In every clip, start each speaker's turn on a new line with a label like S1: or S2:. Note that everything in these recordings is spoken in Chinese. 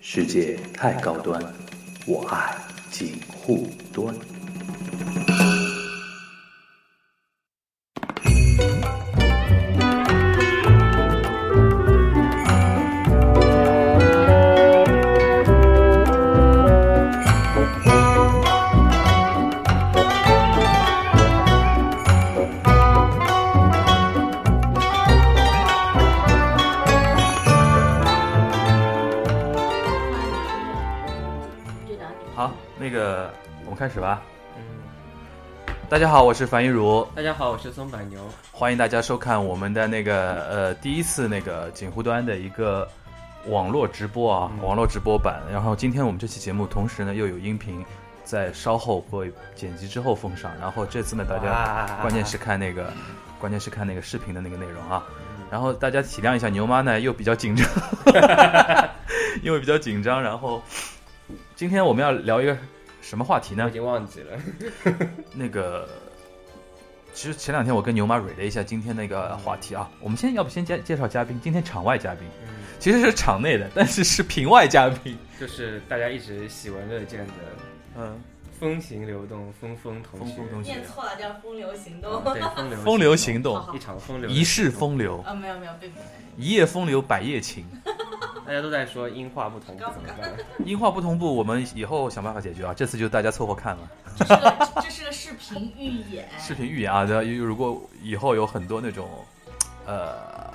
S1: 世界太高端，我爱锦护端。好，那个我们开始吧。
S2: 嗯，
S1: 大家好，我是樊一茹，
S2: 大家好，我是松柏牛。
S1: 欢迎大家收看我们的那个呃第一次那个锦湖端的一个网络直播啊，
S2: 嗯
S1: 网络直播版。然后今天我们这期节目同时呢又有音频，在稍后会剪辑之后奉上。然后这次呢大家
S2: 家
S1: 关键是看那个，关键是看那个视频的那个内容啊。然后大家体谅一下，牛妈呢又比较紧 张，因为比较紧张。然后今天我们要聊一个什么话题
S2: 我
S1: 呢
S2: 已？经忘记了。
S1: 那个，其实前两天我跟牛妈蕊了一下今天那个话题啊。我们先要不先介介绍嘉宾？今天场外嘉宾
S2: 嗯，
S1: 其实是场内的，但是是屏外嘉宾。
S2: 就是大家一直喜闻乐见的
S1: 嗯，
S2: 风行流动，风风同
S1: 风
S2: 学。
S1: 风同学
S3: 念错了，叫风流行动。
S2: 嗯对，风流
S1: 风流行
S2: 行
S1: 动，
S2: 一场风流
S1: 一世。风流，
S3: 啊，没有没有，并没有。
S1: 一夜风流百夜情。
S2: 大家都在说音画不同步怎么办？
S1: 音画不同步，我们以后想办法解决啊。这次就大家凑合看了。
S3: 这是个 这是个视频预演。
S1: 视频预言啊，对吧如果以后有很多那种，呃，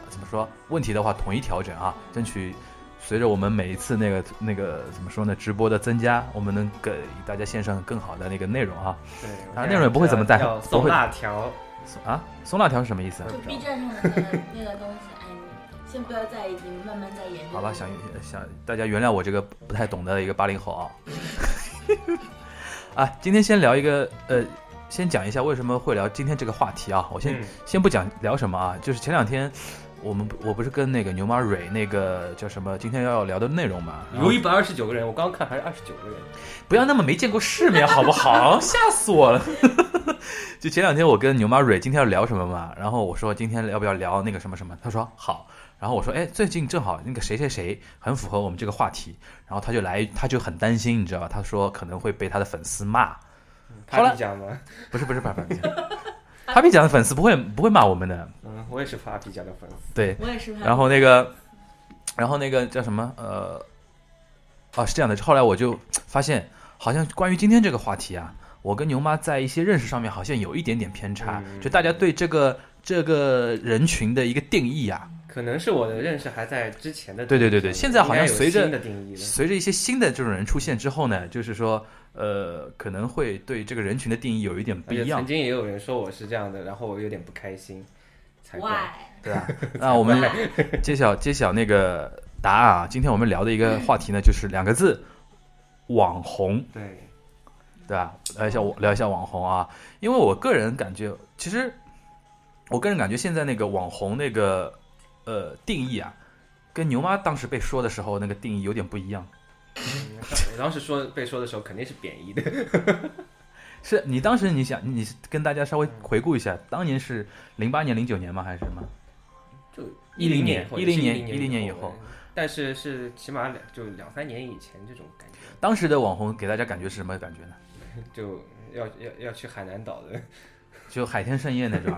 S1: 怎么说问题的话，统一调整啊，争取随着我们每一次那个那个怎么说呢，直播的增加，我们能给大家献上更好的那个内容啊。
S2: 对，我
S1: 啊
S2: 现在
S1: 内容也不会怎么带
S2: 要
S1: 不会
S2: 送辣条。
S1: 松啊，松辣条是什么意思啊
S3: 就？B 站上的那个那个东西，哎，你先不要在意，你们慢慢再研究。
S1: 好吧，想想大家原谅我这个不太懂的一个八零后啊。 啊，今天先聊一个呃，先讲一下为什么会聊今天这个话题啊。我先
S2: 嗯
S1: 先不讲聊什么啊，就是前两天我们我不是跟那个牛马蕊那个叫什么今天要聊的内容嘛，
S2: 有一百二十九个人，我刚看还是二十九个人。
S1: 不要那么没见过世面好不好？ 吓死我了！就前两天我跟牛马蕊今天要聊什么嘛，然后我说今天要不要聊那个什么什么，他说好，然后我说哎最近正好那个谁谁谁很符合我们这个话题，然后他就来他就很担心你知道吧？他说可能会被他的粉丝骂，好了
S2: 他比讲吗？
S1: 不是不是不是不是， 他比讲的粉丝不会不会骂我们的，
S2: 嗯，我也是发比讲的粉丝。
S1: 对，
S3: 我也是 怕。
S1: 然后那个，然后那个叫什么？呃，啊，是这样的，后来我就发现，好像关于今天这个话题啊，我跟牛妈在一些认识上面好像有一点点偏差，
S2: 嗯
S1: 就大家对这个这个人群的一个定义啊，
S2: 可能是我的认识还在之前的
S1: 对
S2: 定义上。
S1: 对对对现在好像
S2: 应该有
S1: 随着
S2: 新的定义了。
S1: 随着一些新的这种人出现之后呢，就是说，呃，可能会对这个人群的定义有一点不
S2: 而且
S1: 一
S2: 曾
S1: 样，
S2: 经也有人说我是这样的，然后我有点不开心，才怪
S3: why？
S1: 对吧？那我们
S3: Why？
S1: 揭晓揭晓那个答案啊，今天我们聊的一个话题呢，就是两个字，网红。
S2: 对，
S1: 对吧？聊一下我聊一下网红啊，因为我个人感觉，其实我个人感觉现在那个网红那个呃定义啊，跟牛妈当时被说的时候那个定义有点不一样。
S2: 嗯我当时说被说的时候肯定是贬义的，
S1: 是你当时你想你跟大家稍微回顾一下，当年是零八年、零九年吗？还是什么？
S2: 就
S1: 10
S2: 年
S1: 年
S2: 或者
S1: 10
S2: 是
S1: 年
S2: 10
S1: 10年以
S2: 后
S1: 后，
S2: 但是是起码两就两三年以前这种感觉，
S1: 当时的网红给大家感觉是什么感觉呢？
S2: 就要要要去海南岛的，
S1: 就海天盛宴那 种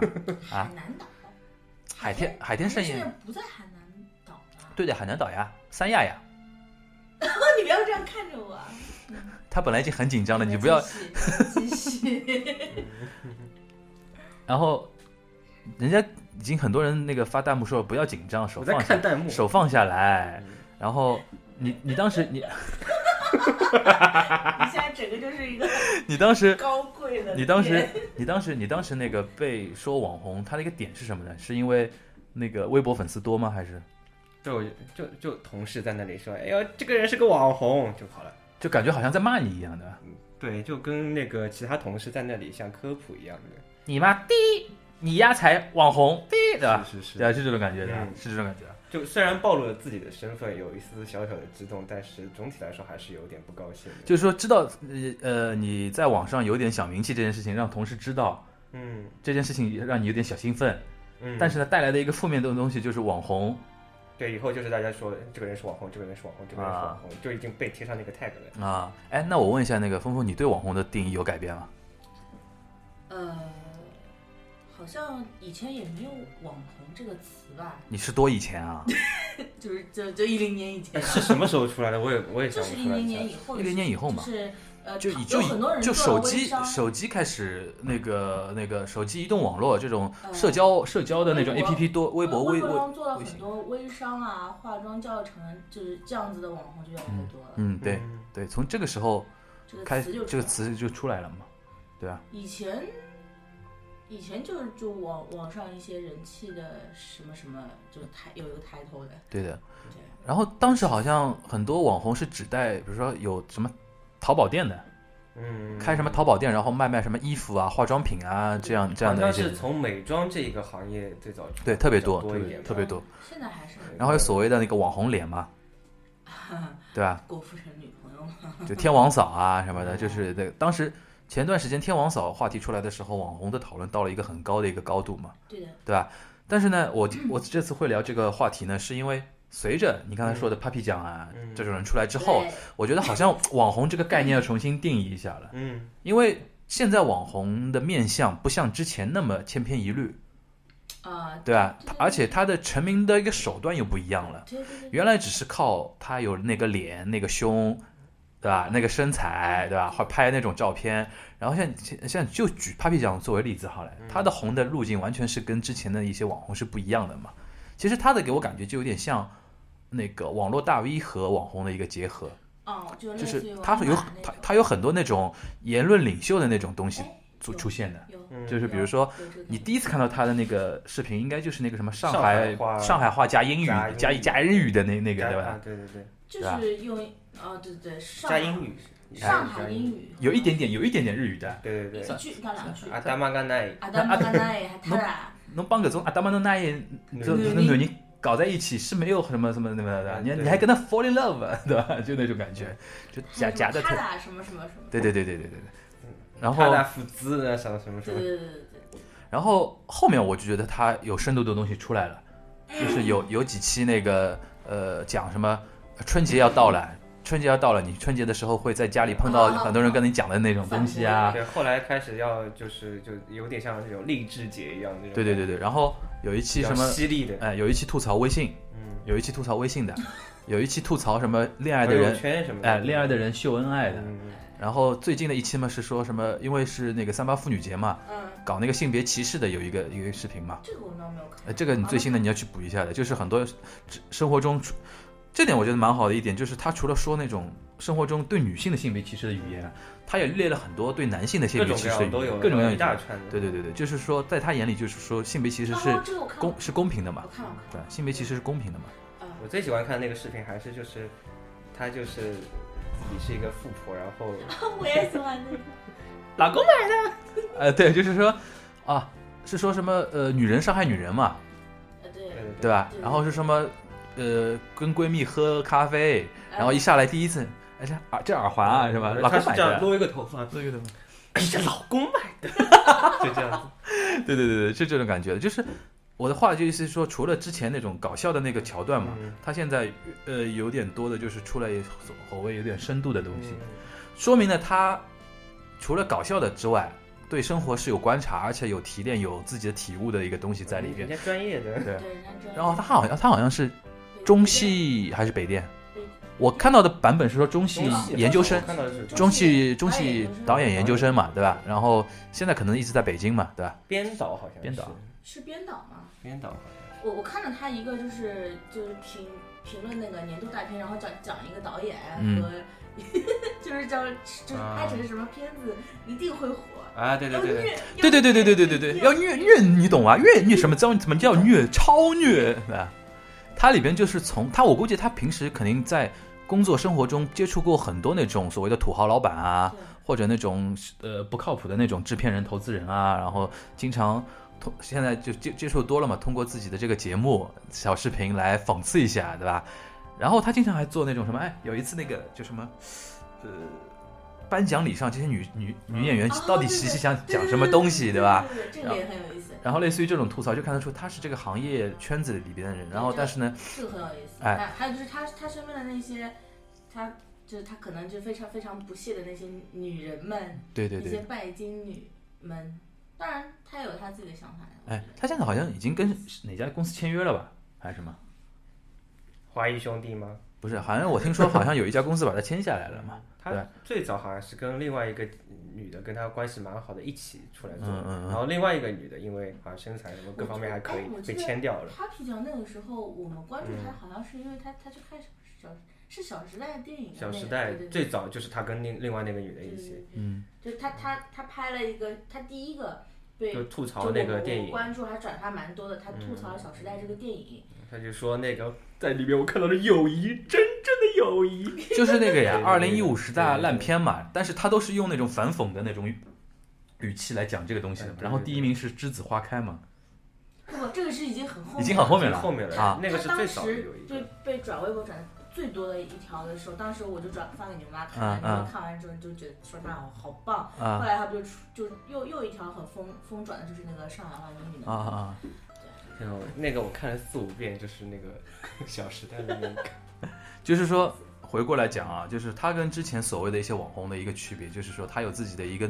S1: 啊啊
S3: 海，南岛。
S1: 海天海天盛
S3: 现在
S1: 宴，
S3: 不在海南岛吧？
S1: 对的，海南岛呀，三亚呀，
S3: 哦你不要这样看着我。
S1: 他本来已经很紧张了，你不要
S3: 继续。继续。
S1: 然后人家已经很多人那个发弹幕说不要紧张， 手
S2: 我在
S1: 放下
S2: 看，弹幕，
S1: 手放下来
S2: 嗯。
S1: 然后你你当时你
S3: 你现在整个就是一个
S1: 你当时
S3: 高贵的。
S1: 你当时你当时你当时那个被说网红，他的一个点是什么呢？是因为那个微博粉丝多吗？还是
S2: 对，我就就就同事在那里说，哎呦，这个人是个网红就好了，
S1: 就感觉好像在骂你一样的？
S2: 对，就跟那个其他同事在那里像科普一样的，
S1: 你妈滴，你丫才网红滴，对吧？
S2: 是是
S1: 对啊，是这种感觉的，
S2: 嗯
S1: 是这种感觉的。
S2: 就虽然暴露了自己的身份，有一丝小小的激动，但是总体来说还是有点不高兴的。
S1: 就是说，知道呃呃你在网上有点小名气这件事情，让同事知道
S2: 嗯
S1: 这件事情，让你有点小兴奋。
S2: 嗯，
S1: 但是呢，带来的一个负面的东西就是网红
S2: 对，以后就是大家说这个人是网红，这个人是网红，这个人是网红，就已经被贴上那个 tag 了。
S1: 啊，哎，那我问一下，那个峰峰，你对网红的定义有改变吗？
S3: 呃，好像以前也没有“网红”这个词吧，
S1: 你是多以前 啊？
S3: 就是就就一零年以前
S2: 哎，，是什么时候出来的？我也我也
S3: 就
S2: 想
S3: 是
S2: 不
S3: 一
S2: 出来
S3: 零
S2: 一
S3: 年
S2: 下。
S3: 以后的事情，
S1: 10年以后嘛
S3: 就是呃，
S1: 就以
S3: 有
S1: 就
S3: 很多人
S1: 以就
S3: 做了
S1: 手
S3: 微
S1: 机
S3: 商嗯
S1: 手机开始那个那个手机移动网络这种社
S3: 呃
S1: 交社交的那种
S3: 微
S1: A
S3: 博
S1: P P 多微博微
S3: 微
S1: 微
S3: 博上做了
S1: 微
S3: 很
S1: 信
S3: 多微商啊、化妆教程，就是这样子的网红就越来越多了。
S1: 嗯对
S2: 嗯
S1: 对，从这个时候
S3: 这个
S1: 开
S3: 词
S1: 始这个
S3: 就出来了
S1: 词就出来了嘛，对啊，
S3: 以前以前就是就网网上一些人气的什么什么，就是抬有有抬头的，
S1: 对的。
S3: 这样
S1: 然后当时好像很多网红是只带，比如说有什么淘宝店的，
S2: 嗯，
S1: 开什么淘宝店，然后卖卖什么衣服啊、化妆品啊这样这样的
S2: 好
S1: 一
S2: 像
S1: 些
S2: 是，从美妆这一个行业最早出
S1: 对，特别
S2: 比较
S1: 多，
S2: 多
S1: 特
S2: 一
S1: 别
S2: 点
S1: 特别
S3: 吧
S1: 多。
S3: 现在还是
S2: 对
S1: 然后有所谓的那个网红脸 嘛，对吧？
S3: 郭富城女朋友嘛，
S1: 就天王嫂啊什么的，就是那个当时前段时间天王嫂话题出来的时候，网红的讨论到了一个很高的一个高度嘛，
S3: 对的，
S1: 对吧？但是呢，我我这次会聊这个话题呢，是因为随着你刚才说的 Papi 酱啊、
S2: 嗯
S1: 这种人出来之后，
S3: 对
S1: 我觉得好像网红这个概念要重新定义一下了，
S2: 嗯，
S1: 因为现在网红的面相不像之前那么千篇一律，
S3: 啊，
S1: 对吧？
S3: 对
S1: 他
S3: 对
S1: 而且他的成名的一个手段又不一样了。
S3: 对对对，
S1: 原来只是靠他有那个脸、那个胸，对吧？那个身材，对吧？或拍那种照片，然后现现现在就举 Papi 酱作为例子好了，他的红的路径完全是跟之前的一些网红是不一样的嘛。其实他的给我感觉就有点像那个网络大 V 和网红的一个结合，
S3: 哦，就
S1: 就
S3: 类
S1: 是
S3: 似于
S1: 他
S3: 王
S1: 有
S3: 马那
S1: 他
S3: 种
S1: 他有很多那种言论领袖的那种东西
S3: 哎
S1: 出
S3: 有
S1: 出现的，
S3: 有
S2: 嗯
S1: 就是比如说。哦你第一次看到他的那个视频，应该就是那个什么上
S2: 上
S1: 海
S2: 海话
S1: 上海话加英语
S2: 加英语
S1: 加加日语的那那个
S2: 加
S1: 对吧
S2: 啊？对对对，
S3: 就
S1: 对吧
S3: 是用啊，对对对，上
S2: 加
S3: 海
S2: 英语，哎
S3: 上海
S2: 加
S3: 英
S2: 语，
S3: 语
S1: 有一点点，有一点点日语的。
S2: 对对啊
S3: 一
S2: 对，
S3: 句到两句，啊
S2: 阿达玛干奈，
S3: 阿达
S1: 那阿
S3: 玛干那也还他啦，
S1: 侬帮搿种阿达玛侬那也就
S3: 嗯
S1: 那男人搞在一起是没有什么什么什么的，你还
S2: 对
S1: 你还跟他 fall in love，对吧？就那种感觉，就夹夹的
S3: 他
S1: 特。
S3: 啦什么什么什么，
S1: 对对对对对对对。然
S2: 阿
S1: 后
S2: 达福兹啊，什么什么什
S3: 对
S2: 么，
S3: 对对对对。
S1: 然后后面我就觉得他有深度的东西出来了，就是有有几期那个呃讲什么春节要到了。春节要到了，你春节的时候会在家里碰到
S3: 哦
S1: 很多人跟你讲的那种东西啊，
S2: 对，后来开始要就是就有点像那种励志节一样那种，
S1: 对对对对。然后有一期
S2: 比较
S1: 什么，
S2: 犀利的，
S1: 哎，有一期吐槽微信，
S2: 嗯，
S1: 有一期吐槽微 信的，有一期吐槽什么恋爱的
S2: 朋友
S1: 人，
S2: 圈什么的，
S1: 哎，恋爱的人秀恩爱的。
S2: 嗯，
S1: 然后最近的一期嘛是说什么，因为是那个三八妇女节嘛，
S3: 嗯，
S1: 搞那个性别歧视的有一个有一个视频嘛，
S3: 这个我倒没有看。
S1: 呃，这个你最新的你要去补一下的，就是很多生活中，这点我觉得蛮好的一点，就是他除了说那种生活中对女性的性别歧视的语言啊，他也列了很多对男性的性
S2: 各
S1: 别
S2: 种
S1: 歧
S2: 各
S1: 视的
S2: 样
S1: 语
S2: 都有，
S1: 言，各种各样的
S2: 一
S1: 语
S2: 大
S1: 言。
S2: 串的，
S1: 对对对对，就是说在他眼里就是说性别歧视
S3: 哦
S1: 是
S3: 这个我看
S1: 公是公平的嘛
S3: 我，看我
S1: 对
S3: 看
S1: 吧，性别歧视是公平的嘛。
S3: 啊，
S2: 我最喜欢看那个视频还是就是，他就是自己是一个富婆，然后
S3: 我也喜欢那 个。
S2: 老公
S1: 呃，对，就是说啊，是说什么呃，女人伤害女人嘛，
S3: 呃，对，
S1: 对吧？
S3: 对
S1: 然后是什么呃，跟闺蜜喝咖啡，然后
S3: 嗯
S1: 一上来第一次，哎，这耳这耳环啊，是吧？老
S2: 他
S1: 公
S2: 是
S1: 买
S2: 这样
S1: 的。
S2: 撸一个头发，
S1: 对对对，
S2: 哎呀，老公买的，就这样子，
S1: 对对对，是这种感觉的。就是我的话就是说，除了之前那种搞笑的那个桥段嘛，
S2: 嗯
S1: 他现在呃有点多的就是出来所所谓有点深度的东西，
S2: 嗯
S1: 说明了他除了搞笑的之外，对生活是有观察，而且有提炼、有自己的体悟的一个东西在里边
S2: 人。家专业的，
S1: 对，
S3: 对，人家知道
S1: 然后他好像他好像是中戏还是北电
S3: 北？
S1: 我看到的版本是说嗯中戏研究生
S2: 我，看到的是
S1: 中
S3: 中
S1: 戏
S3: 戏
S1: 中戏导
S3: 导
S1: 演
S3: 演
S1: 研
S2: 研
S1: 究
S2: 究
S1: 生嘛，对吧？然后现在可能一直在北京嘛，对吧？
S2: 编导好像是
S1: 编导
S3: 是编导嘛？
S2: 编导好像
S3: 我我看了他一个就是就是评评论那个年度大片，然后讲讲一个导演
S1: 嗯啊
S3: 和 就是叫就是拍成什么片子一定会火。
S2: 是啊，对对对对，
S1: 对对对对对对对对，要虐虐你懂吗？虐虐什么叫怎么叫虐？超虐对吧？它里边就是从他，我估计他平时肯定在工作生活中接触过很多那种所谓的土豪老板啊，
S3: 对
S1: 或者那种呃不靠谱的那种制片人、投资人啊，然后经常通现在就接接触多了嘛，通过自己的这个节目小视频来讽刺一下，对吧？然后他经常还做那种什么，哎，有一次那个就什么，呃，颁奖礼上这些女女女演员
S3: 哦
S1: 到底
S3: 对
S1: 是
S3: 对
S1: 想讲什么东西，
S3: 对
S1: 吧？
S3: 对对对，这个也很有意思。
S1: 然后类似于这种吐槽，就看得出他是这个行业圈子里边的人。然后，但是呢，
S3: 这个很有意思。
S1: 嗯哎
S3: 那还有就是他他身边的那些，他就是他可能就非常非常不屑的那些女人们，
S1: 对对
S3: 那
S1: 对
S3: 些，拜金女们，当然他有他自己的想法的。我觉
S1: 哎
S3: 得，
S1: 他现在好像已经跟哪家公司签约了吧，还是什么？
S2: 华谊兄弟吗？
S1: 不是，好像我听说好像有一家公司把他签下来了嘛。对
S2: 他最早好像是跟另外一个女的跟他关系蛮好的一起出来做，
S1: 嗯嗯嗯
S2: 然后另外一个女的因为好像身材什么各方面还可以
S3: 哎我，记
S2: 被
S3: 得
S2: 签掉了。
S3: Happy 酱那个时候我们关注他，
S2: 嗯
S3: 好像是因为他他去看小小是《小时代》的电影啊，
S2: 《小
S3: 那
S2: 时
S3: 个
S2: 代
S3: 对对》对
S2: 最早就是他跟另另外那个女的一起，
S1: 嗯，
S3: 就他他他拍了一个，他第一个被
S2: 就吐槽那个电
S3: 就我
S2: 影，嗯
S3: 关注还转发蛮多的，他吐槽了《小时代》这个电影，
S2: 他就说那个在里面我看到了友谊，真正的友谊。
S1: 就是那个呀
S2: 对对，对
S1: 二零一五十大烂片嘛，但是他都是用那种反讽的那种语语气来讲这个东西的嘛
S2: 哎。对
S1: 然后
S2: 对
S1: 第一名是《栀子花开》嘛，
S3: 不不，这个是已经很后面了，
S1: 已经很后面了，
S2: 后面了，
S1: 啊。
S2: 那个是
S3: 他
S2: 最
S3: 当
S2: 早的
S3: 时
S2: 友谊。
S3: 被被转微博转的最多的一条的时候，当时我就转发给你妈看，
S2: 啊
S1: 嗯
S3: 然后
S1: 嗯
S3: 看完之后就觉得说他好好棒。
S1: 啊
S3: 后来他不就出就又又一条很疯疯转的就是那个上海话英语
S1: 啊
S3: 的，
S1: 啊啊！
S2: 然后那个我看了四五遍，就是那个《小时代》的那个。
S1: 就是说回过来讲啊，就是他跟之前所谓的一些网红的一个区别，就是说他有自己的一个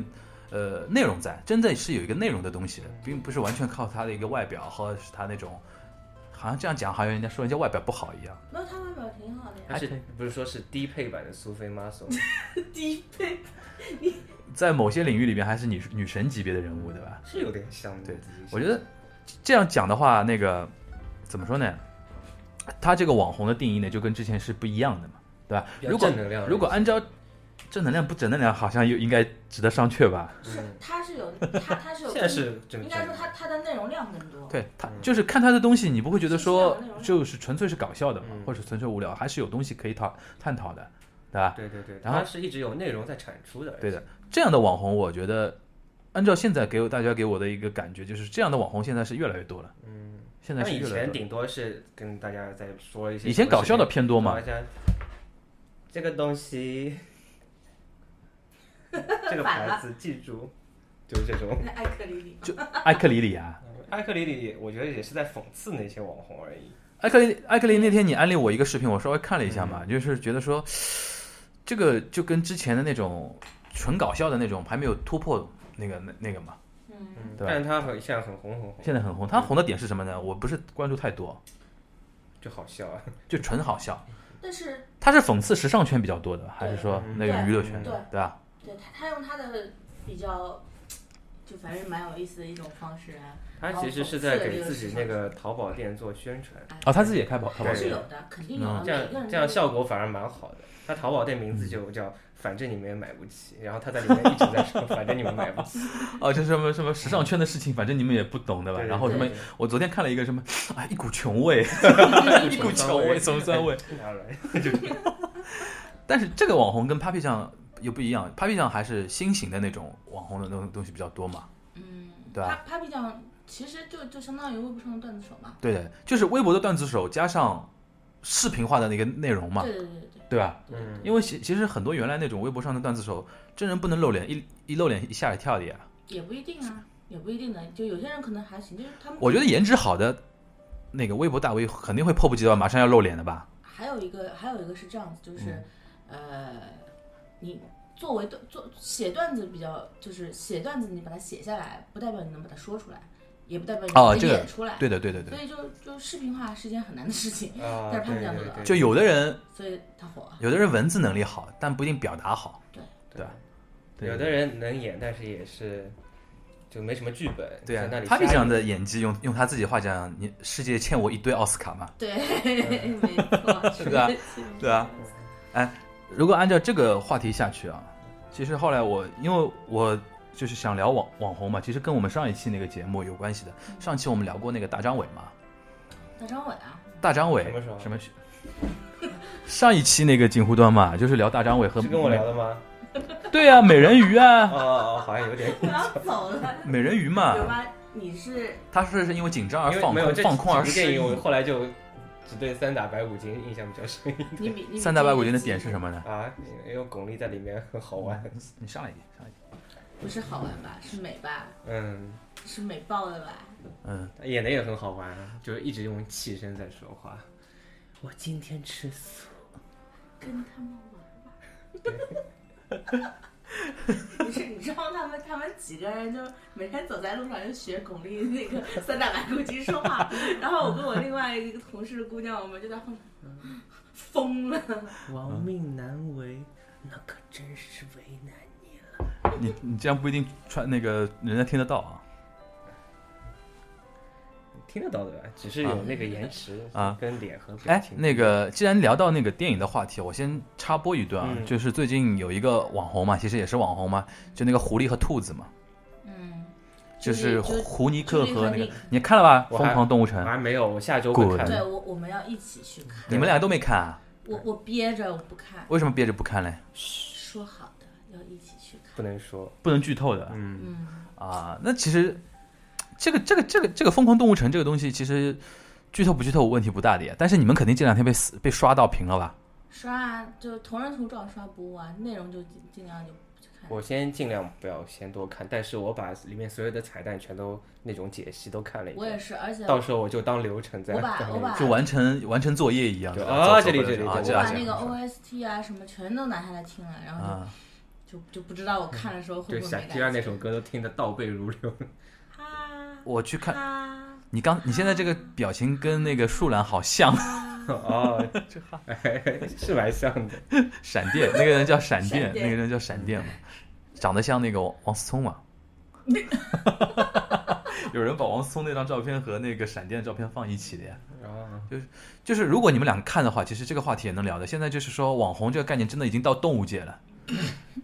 S1: 呃内容在，真的是有一个内容的东西的，并不是完全靠他的一个外表或者是他那种，好像这样讲好像人家说人家外表不好一样。
S3: 没有他外表挺 好的呀，
S2: 而且不是说是低配版的苏菲 玛索吗，
S3: 低配
S1: 在某些领域里面还是女女神级别的人物，对吧？
S2: 是有点像的。
S1: 对
S2: 自己想
S1: 我觉得这样讲的话，那个怎么说呢？他这个网红的定义呢，就跟之前是不一样的嘛，对吧？
S2: 比较
S1: 如果
S2: 正能量的
S1: 如果按照正能量不正能量，好像又应该值得商榷吧？
S3: 是他是有他他是有
S2: 现在是
S3: 更
S2: 正
S3: 应该说他他的内容量更多，
S1: 对他
S2: 嗯
S1: 就是看他的东西，你不会觉得说
S3: 是是有内容的
S1: 就是纯粹是搞笑的嘛，
S2: 嗯
S1: 或者纯粹无聊，还是有东西可以讨探讨的，对吧？
S2: 对对对，
S1: 啊然后
S2: 它是一直有内容在产出的。
S1: 对的，这样的网红，我觉得按照现在给我大家给我的一个感觉，就是这样的网红现在是越来越多了，
S2: 嗯，
S1: 现在
S2: 那
S1: 是
S2: 以
S1: 越来越多了。
S2: 前顶多是跟大家在说一些
S1: 以前搞笑的偏多嘛
S2: 嘛，，像这个东 西，这个牌子记住，就是这种。
S3: 那艾克里里
S1: 艾克里里啊，
S2: 艾克里里，我觉得也是在讽刺那些网红而已。
S1: 艾克里艾克里那天你安利我一个视频，我稍微看了一下嘛，就是觉得说这个就跟之前的那种纯搞笑的那种还没有突破那个那那个嘛，
S3: 嗯，
S2: 嗯，
S1: 对吧
S2: 但是它很现在很红很红，
S1: 现在很红。他红的点是什么呢？我不是关注太多，
S2: 就好笑啊。
S1: 就纯好笑。
S3: 但是
S1: 他是讽刺时尚圈比较多的，还是说那
S2: 对
S1: 个娱乐圈，
S2: 嗯
S3: 对
S1: 对吧？
S3: 对他，他用他的比较，就反正蛮有意思的一种方式啊。
S2: 他其实是在给自己那个淘宝店做宣传，
S1: 哦，他自己也开淘淘宝
S3: 还是
S1: 店
S3: 有的，肯定有
S1: 嗯
S3: 的。
S2: 这
S3: 每个
S2: 样
S3: 人
S2: 这样效果反而蛮好的。他淘宝店名字就叫“反正你们也买不起”，然后他在里面一直在说“ 反正你们买不起
S1: 哦，这什么什么时尚圈的事情，反正你们也不懂，对”，吧？
S2: 对
S1: 然后什么，我昨天看了一个什么，哎，一股穷味，
S3: 都
S1: 一
S2: 一
S1: 股
S2: 股
S1: 穷
S2: 穷
S1: 味，
S2: 味
S1: 什么 酸味。
S2: 哪来？
S1: 但是这个网红跟 Papi 酱又不一样，Papi 酱还是新型的那种网红的那种东西比较多嘛。
S3: 嗯，
S1: 对吧
S3: 他 Papi 酱其实就就相当于微博上的段子手嘛。
S1: 对的，就是微博的段子手加上视频化的那个内容嘛，
S3: 对对对对对。
S1: 对吧？
S2: 嗯，
S1: 因为其其实很多原来那种微博上的段子手，真人不能露脸，一一露脸一吓一跳的呀。
S3: 也不一定啊，也不一定的。就有些人可能还行，就是他们。
S1: 我觉得颜值好的那个微博大 V 肯定会迫不及待马上要露脸的吧？
S3: 还有一个，还有一个是这样子，就是，
S1: 嗯
S3: 呃，你作为段做写段子比较，就是写段子，你把它写下来，不代表你能把它说出来，也不代表你
S1: 哦
S3: 能
S1: 这个
S3: 演出来。
S1: 对的，对的，对的
S3: 所。以就就视频化是件很难的事情，
S2: 啊，
S3: 但是他
S2: 对
S3: 们讲
S2: 对
S3: 的
S2: 对，
S1: 就有的人，
S3: 所以他火 了。
S1: 有的人文字能力好，但不一定表达好。
S2: 对，
S1: 对
S2: 有的人能演，但是也是就没什么剧本，
S1: 对啊
S2: 在那里。
S1: ，Papi 酱的演技，用用他自己话讲，你世界欠我一堆奥斯卡嘛。
S3: 对，没错，
S1: 是 吧对啊，如果按照这个话题下去啊，其实后来我因为我就是想聊网网红嘛，其实跟我们上一期那个节目有关系的。上期我们聊过那个大张伟嘛，
S3: 大张伟啊，
S1: 大张伟
S2: 什么时候
S1: 什么？上一期那个锦湖端嘛，就是聊大张伟和
S2: 是跟我聊的吗？
S1: 对啊，美人鱼
S2: 哦
S1: 啊，
S2: 哦，哦好像 有点，
S3: 我要走了。
S1: 美人鱼嘛
S3: 刘， 妈，你是
S1: 他是是因为紧张而
S2: 因
S1: 啊
S2: 为
S1: 放
S2: 没有
S1: 空，
S2: 这
S1: 放空而
S2: 几部
S1: 失
S2: 电影，我
S1: 忆。
S2: 后来就只对三打白骨精印象比较深 一
S3: 你比你比
S1: 三大白骨精的点是
S3: 么？
S1: 什么呢？
S2: 啊，因为巩俐在里面很好玩，
S1: 你上来一点，上来一点。
S3: 不是好玩吧？是美吧？
S2: 嗯，
S3: 是美爆的吧？
S1: 嗯，
S2: 演的也很好玩啊，就是一直用气声在说话。我今天吃素，
S3: 跟他们玩玩。你是你知道他们他们几个人就每天走在路上就学巩俐那个三打白骨精说话，然后我跟我另外一个同事的姑娘，我们就在后面疯了。
S2: 亡命难违，那可真是为难你了。
S1: 你你这样不一定穿那个人家听得到啊。
S2: 听得到的吧？只是有那个延迟
S1: 啊
S2: 跟脸和表
S1: 哎
S2: 情。，
S1: 那个，既然聊到那个电影的话题，我先插播一段啊，
S2: 嗯
S1: 就是最近有一个网红嘛，其实也是网红嘛，就那个狐狸和兔子嘛，
S3: 嗯，
S1: 就是
S3: 就
S1: 胡
S3: 是
S1: 胡尼克和那个
S3: 就是，
S1: 你看了吧，《
S2: 我啊
S1: 疯
S2: 还
S1: 狂动物
S2: 我
S1: 城》，
S2: 还没有，我下周会
S1: Good
S2: 看
S3: 对
S2: 的。
S3: 我我们要一起去看，
S1: 你们俩都没看啊？
S3: 我我憋着我不看，
S1: 为什么憋着不看嘞？
S3: 说好的要一起去看。
S2: 不能说，
S1: 不能剧透的
S2: 嗯，
S3: 嗯，
S1: 啊。那其实这个这个这个这个《疯狂动物城》这个东西，其实剧透不剧透问题不大的耶，但是你们肯定这两天被死被刷到屏了吧？
S3: 刷啊，就同人图照刷不误啊，内容就尽尽量就不去看。
S2: 我先尽量不要先多看，但是我把里面所有的彩蛋全都那种解析都看了一
S3: 我也
S2: 遍，
S3: 是，而且
S2: 到时候我就当流程在
S3: 我把
S2: 在
S3: 我把
S1: 就完成完成作业一样
S2: 对
S1: 走
S2: 啊
S1: 走
S2: 这里
S1: 走
S2: 这里
S1: 啊，这
S2: 这
S3: 我
S2: 里
S1: 样
S3: 把
S1: 这
S3: 那
S1: 样
S3: 个 OST 啊什么全都拿下来听了，然后
S1: 啊。
S3: 就就就不知道我看的时候会
S2: 对
S3: 不会
S2: 小
S3: 没
S2: 鸡儿
S3: 感
S2: 那
S3: 觉。
S2: 首歌都听得倒背 如流。
S3: 哈
S1: 我去看
S3: 哈
S1: 你刚，你现在这个表情跟那个树懒好 像，
S2: 哦， 是蛮像的。
S1: 闪电那个人叫闪电，
S3: 闪电
S1: 那个人叫闪电嘛，长得像那个王王思 聪嘛。有人把王思聪那张照片和那个闪电的照片放一起的呀。
S2: 哦，
S1: 就是如果你们两个看的话，其实这个话题也能聊的。现在就是说，网红这个概念真的已经到动物界了，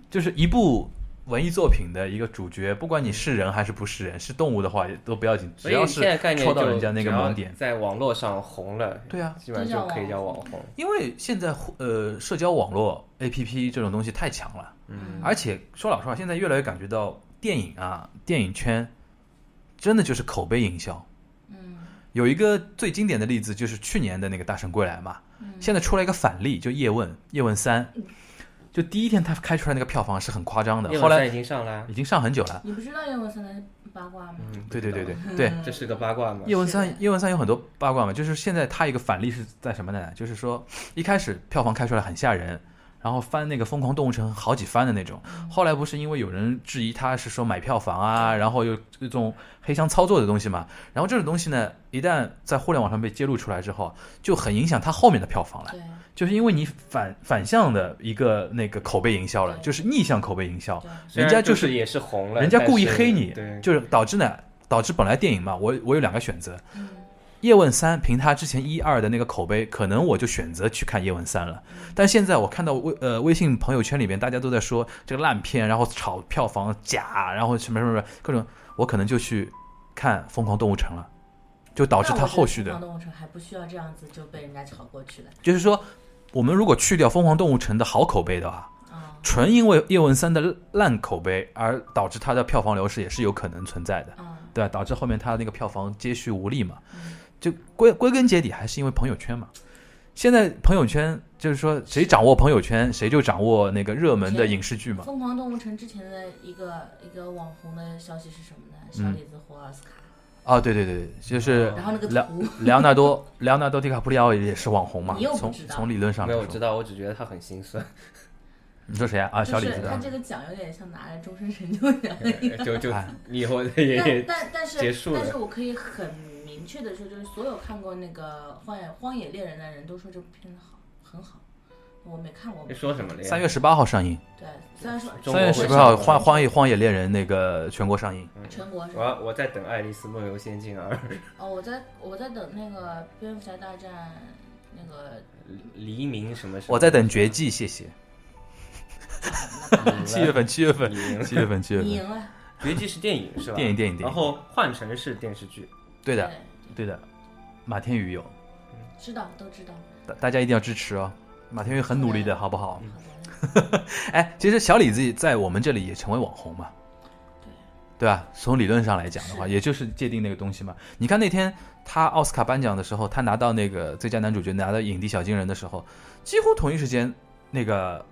S1: 就是一部文艺作品的一个主角，不管你是人还是不是人，是动物的话也都不要紧，只
S2: 所
S1: 要
S2: 以现
S1: 是
S2: 在概念
S1: 戳到
S2: 就
S1: 人家那个
S2: 只要
S1: 盲点
S2: 在网络上红了，
S1: 对啊，
S2: 基本上就可以叫网红。
S1: 因为现在互呃社交网络 A P P 这种东西太强了。
S3: 嗯
S1: 而且说老实话，现在越来越感觉到电影啊，电影圈真的就是口碑营销。
S3: 嗯
S1: 有一个最经典的例子就是去年的那个《大圣归来》嘛，
S3: 嗯
S1: 现在出来一个反例，就《叶问》《叶问三》，就第一天它开出来那个票房是很夸张的，
S2: 叶
S1: 后
S2: 文
S1: 来
S2: 三已经上了啊，
S1: 已经上很久了。
S3: 你不知道叶问三的八卦吗？
S2: 嗯，
S1: 对对对
S2: 不知
S1: 对
S2: 道，
S1: 对，
S3: 嗯
S2: 这是个八卦嘛？
S1: 叶问
S3: 是
S1: 三
S3: 的
S1: 叶问三有很多八卦嘛，就是现在它一个反例是在什么呢？就是说一开始票房开出来很吓人，然后翻那个《疯狂动物城》好几番的那
S3: 嗯
S1: 种，后来不是因为有人质疑他是说买票房啊，然后又这种黑箱操作的东西嘛，然后这种东西呢，一旦在互联网上被揭露出来之后，就很影响它后面的票房了，
S3: 对
S1: 就是因为你反反向的一个那个口碑营销了，
S3: 对
S1: 就是逆向口碑营销，
S3: 对，
S2: 虽
S1: 人
S2: 然
S1: 家就
S2: 就是也是红了，
S1: 人家故意
S2: 但是
S1: 黑你
S2: 对，
S1: 就是导致呢，导致本来电影嘛，我我有两个选择，
S3: 嗯
S1: 叶问三凭他之前一二的那个口碑，可能我就选择去看叶问三了。但现在我看到微呃微信朋友圈里边大家都在说这个烂片，然后炒票房假，然后什么什么什么各种，我可能就去看《疯狂动物城》了，就导致他后续
S3: 哦那我觉得
S1: 的，
S3: 疯狂动物城还不需要这样子就被人家炒过去了
S1: 就是说我们如果去掉《疯狂动物城》的好口碑的话，
S3: 啊
S1: 纯因为叶问三的烂口碑而导致它的票房流失，也是有可能存在的。
S3: 啊
S1: 对吧？导致后面他那个票房接续无力嘛
S3: 嗯。
S1: 就归归根结底还是因为朋友圈嘛。现在朋友圈就是说，谁掌握朋友圈，谁就掌握那个热门的影视剧嘛。
S3: 疯狂动物城之前的一个一个网红的消息是什么呢？
S1: 嗯
S3: 小李子获奥斯卡，
S1: 啊，对对对对，就是
S3: 然后那个
S1: 了
S3: 图，
S1: 莱昂纳多莱昂纳多·迪卡普里奥也是网红嘛
S3: 你又。不
S1: 从
S3: 知道
S1: 从理论上
S2: 没
S1: 来
S2: 有我
S1: 说，
S2: 知道，我只觉得他很心酸，
S1: 你说谁啊？啊，小李
S3: 就是
S1: 子
S3: 他
S1: 啊。
S3: 这个奖有点像拿了终身成就奖的一个。
S2: 就就
S1: 哎
S2: 以后也
S3: 但
S2: 也
S3: 但但是
S2: 结束了
S3: 但是我可以很明确的说，就是所有看过那个《荒野荒野猎人》的人都说这部片子好，很好。我没看过，
S2: 说什么了呀？
S1: 三月十八号上映，
S3: 对，虽然说
S2: 中国
S1: 三月
S2: 会
S1: 十
S2: 上
S1: 八号《
S2: 映
S1: 荒荒野荒野猎人》那个全国上映。
S3: 全国是
S2: 我要我在等《爱丽丝梦游仙境二》
S3: 哦，我在我在等那个《蝙蝠侠大战》那个
S2: 黎明什么什么，
S1: 我在等《绝技》，谢谢。
S2: 嗯
S1: 七月份，七月份，
S2: 黎明
S1: 七月份，七月
S3: 你
S1: 份。
S3: 赢了，
S2: 绝技是电影是吧？
S1: 电影，电影，电
S2: 然
S1: 影。
S2: 后换成是电视剧，
S1: 对的，对
S3: 对
S1: 的，马天宇有。
S3: 知道都知道。
S1: 大大家一定要支持哦。马天宇很努力的，
S3: 好的
S1: 好不
S2: 哦
S1: 好？
S3: 好的，
S1: 哎，其实小李子在我们这里也成为网红嘛，
S3: 对
S1: 对吧？从理论上来讲的话，
S3: 是
S1: 也就是界定那个东西嘛。你看那天他奥斯卡颁奖的时候，他拿到那个最佳男主角，拿到影帝小金人的时候，几乎同一时间，那个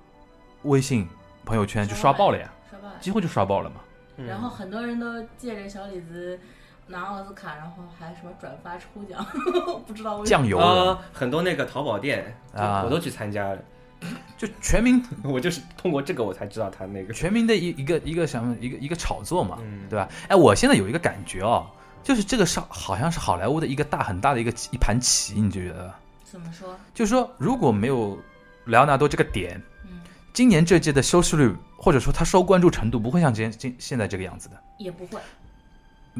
S1: 微信朋友圈就刷爆了呀，
S3: 刷爆了。
S1: 几乎就刷爆了嘛。
S2: 嗯
S3: 然后很多人都借着小李子拿奥斯卡，然后还什么转发抽奖， 不知道为什么。
S1: 酱油人
S2: 啊，很多那个淘宝店，
S1: 嗯啊
S2: 我都去参加了，
S1: 就全民
S2: 我就是通过这个我才知道他那个，
S1: 全民的一一个一个什么一个一个炒作嘛，
S2: 嗯，
S1: 对吧？哎，我现在有一个感觉哦，就是这个是好像是好莱坞的一个大很大的一个棋一盘棋，你觉得？
S3: 怎么说？
S1: 就是说，如果没有莱昂纳多这个点，
S3: 嗯，
S1: 今年这届的收视率或者说他受关注程度不会像今今现在这个样子的，
S3: 也不会，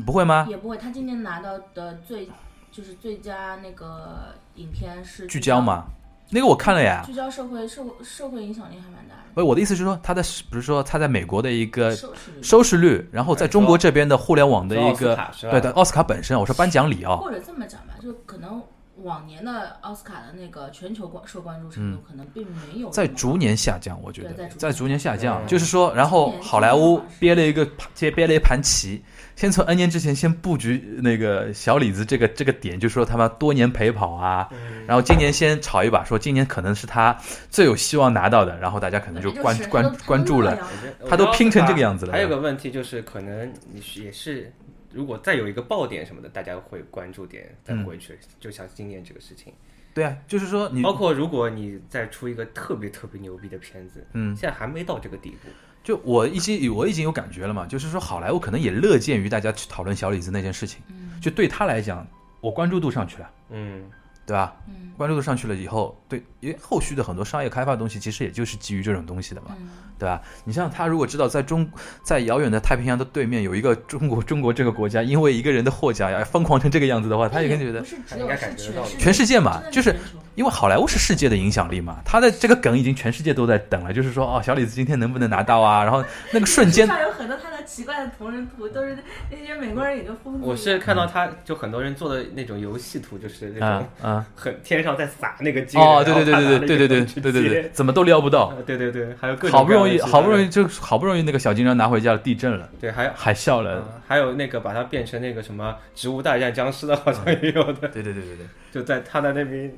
S1: 不会吗？
S3: 也不会。他今年拿到的最就是最佳那个影片是
S1: 聚焦，嘛，那个我看了呀。
S3: 聚焦社会社会社会影响力还蛮大
S1: 不，我的意思是说，他的比如说他在美国的一
S3: 的，
S1: 个
S3: 收视率
S1: 收视率，然后在中国这边的互联网的一
S2: 奥斯
S1: 个
S2: 卡是吧
S1: 对的奥斯卡本身，我说颁奖礼哦，
S3: 或者这么讲吧，就可能往年的奥斯卡的那个全球关受关注程度可能并没有
S1: 嗯在
S3: 那么
S1: 逐年下降，我觉
S3: 对
S1: 得
S3: 在逐
S1: 在逐年下降，
S2: 嗯
S1: 就是说，然后好莱坞憋了一个盘接憋了一盘棋，先从 N 年之前先布局那个小李子这个这个点，就说他妈多年陪跑啊，
S2: 嗯
S1: 然后今年先炒一把，说今年可能是他最有希望拿到的，然后大家可能就
S3: 反正
S1: 关
S3: 是
S1: 关
S3: 他都
S1: 关注了，。
S2: 我觉得
S1: 他都拼成这个样子了
S2: 还有个问题就是，可能你是也是，如果再有一个爆点什么的，大家会关注点再
S1: 嗯
S2: 回去，就像今年这个事情。
S1: 对啊，就是说你
S2: 包括如果你再出一个特别特别牛逼的片子，
S1: 嗯
S2: 现在还没到这个地步，
S1: 就我已经我已经有感觉了嘛，就是说好莱坞可能也乐见于大家去讨论小李子那件事情，
S3: 嗯
S1: 就对他来讲，我关注度上去了，
S2: 嗯，
S1: 对吧？
S3: 嗯
S1: 关注度上去了以后，对，因为后续的很多商业开发的东西，其实也就是基于这种东西的嘛，
S3: 嗯，
S1: 对吧？你像他如果知道在中在遥远的太平洋的对面有一个中国中国这个国家，因为一个人的获奖要疯狂成这个样子的话，他也肯定觉得
S3: 不是只
S2: 啊应
S3: 有
S2: 该
S3: 是
S2: 感觉
S3: 全
S2: 到
S3: 世界
S1: 全世界嘛
S3: 真的
S1: 就是
S3: 全球
S1: 因为好莱坞是世界的影响力嘛，他的这个梗已经全世界都在等了，就是说哦，小李子今天能不能拿到啊？然后那个瞬间
S3: 世，上有很多他的奇怪的同人图，都是那些美国人也跟疯子一样。
S2: 我是看到他就很多人做的那种游戏图，就是那
S1: 啊
S2: 种
S1: 啊。
S2: 很天上在撒那个金，
S1: 哦，
S2: 然
S1: 对
S2: 后
S1: 对对
S2: 他拿
S1: 对
S2: 了一
S1: 对对对
S2: 个
S1: 对
S2: 东西
S1: 对对对
S2: 接，
S1: 怎么都撩不到，
S2: 呃对对对，还有 各种
S1: 好不容
S2: 各样
S1: 易
S2: 的
S1: 好不容易就好不容易那个小金人拿回家了，地震了，
S2: 对，还有。
S1: 还笑了。
S2: 嗯还有那个把它变成那个什么植物大战僵尸的，好
S1: 啊
S2: 像也有的，
S1: 对对对对对
S2: 就在他在那边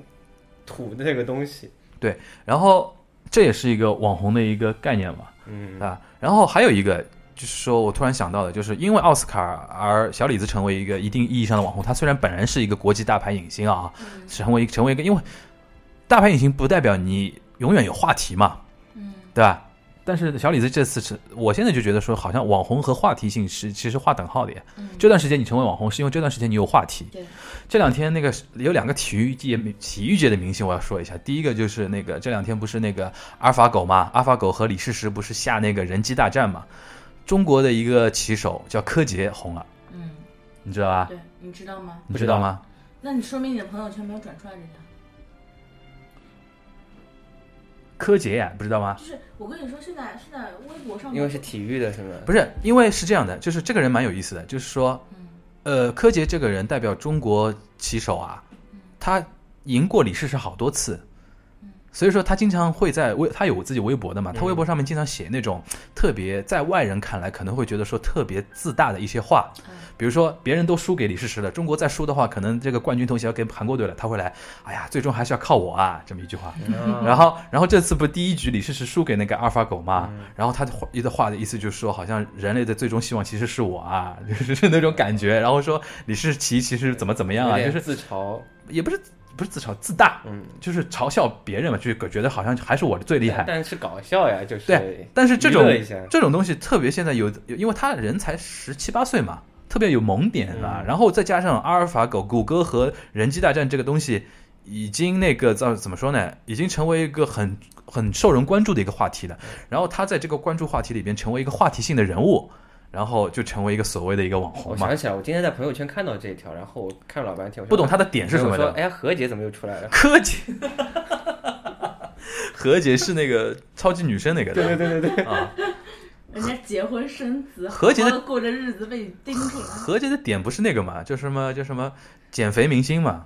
S2: 吐那个东西。
S1: 对，然后这也是一个网红的一个概念嘛，
S2: 嗯，
S1: 啊，然后还有一个就是说我突然想到的，就是因为奥斯卡而小李子成为一个一定意义上的网红，他虽然本人是一个国际大牌影星啊，
S3: 嗯
S1: 成为成为一个，因为大牌影星不代表你永远有话题嘛，
S3: 嗯
S1: 对吧？但是小李子这次是，我现在就觉得说，好像网红和话题性是其实划等号的呀。
S3: 嗯，
S1: 这段时间你成为网红，是因为这段时间你有话题。
S3: 对，
S1: 这两天那个有两个体育界体育界的明星，我要说一下。第一个就是那个这两天不是那个阿尔法狗嘛，阿尔法狗和李世石不是下那个人机大战嘛？中国的一个骑手叫柯洁红了，
S3: 嗯
S1: 你知道吧？
S3: 对，你知道吗？
S1: 你知道吗？
S3: 那你说明你的朋友圈没有转出来这条。
S1: 柯洁呀，不知道吗？
S3: 就是我跟你说，现在现在微博上
S2: 嗯因为是体育的，是吗？
S1: 不是，因为是这样的，就是这个人蛮有意思的，就是说，
S3: 嗯
S1: 呃，柯洁这个人代表中国棋手啊，他赢过李世石好多次，所以说他经常会在微，他有自己微博的嘛，他微博上面经常写那种特别在外人看来可能会觉得说特别自大的一些话，比如说别人都输给李世石了，中国再输的话，可能这个冠军头衔要给韩国队了，他会来，哎呀，最终还是要靠我啊，这么一句话。
S2: 嗯
S1: 然后，然后这次不第一局李世石输给那个阿尔法狗嘛，
S2: 嗯
S1: 然后他的话一的话的意思就是说，好像人类的最终希望其实是我啊， 就是那种感觉。然后说李世奇其实怎么怎么样啊，
S2: 有
S1: 就
S2: 点
S1: 是
S2: 自嘲，
S1: 也不是不是自嘲自大，
S2: 嗯，
S1: 就是嘲笑别人嘛，就是觉得好像还是我最厉害。
S2: 但是搞笑呀，就是
S1: 对，但是这种
S2: 娱乐一下
S1: 这种东西特别现在有，有因为他人才十七八岁嘛，特别有萌点啊。
S2: 嗯
S1: 然后再加上阿尔法狗、谷歌和人机大战这个东西，已经那个怎怎么说呢？已经成为一个很很受人关注的一个话题了。
S2: 嗯
S1: 然后他在这个关注话题里边成为一个话题性的人物，然后就成为一个所谓的一个网
S2: 我
S1: 红嘛
S2: 想。起来，我今天在朋友圈看到这一条，然后我看了老半天，我说
S1: 不懂他的点是什么
S2: 我说
S1: 的。
S2: 哎呀，何洁怎么又出来了？
S1: 柯洁， 何洁是那个超级女生那个的
S2: 对对对对对，
S1: 啊。
S3: 人家结婚生子，
S1: 和谐的
S3: 好好地过着日 子被你盯住了。
S1: 和解的点不是那个嘛，就什么就什么减肥明星嘛，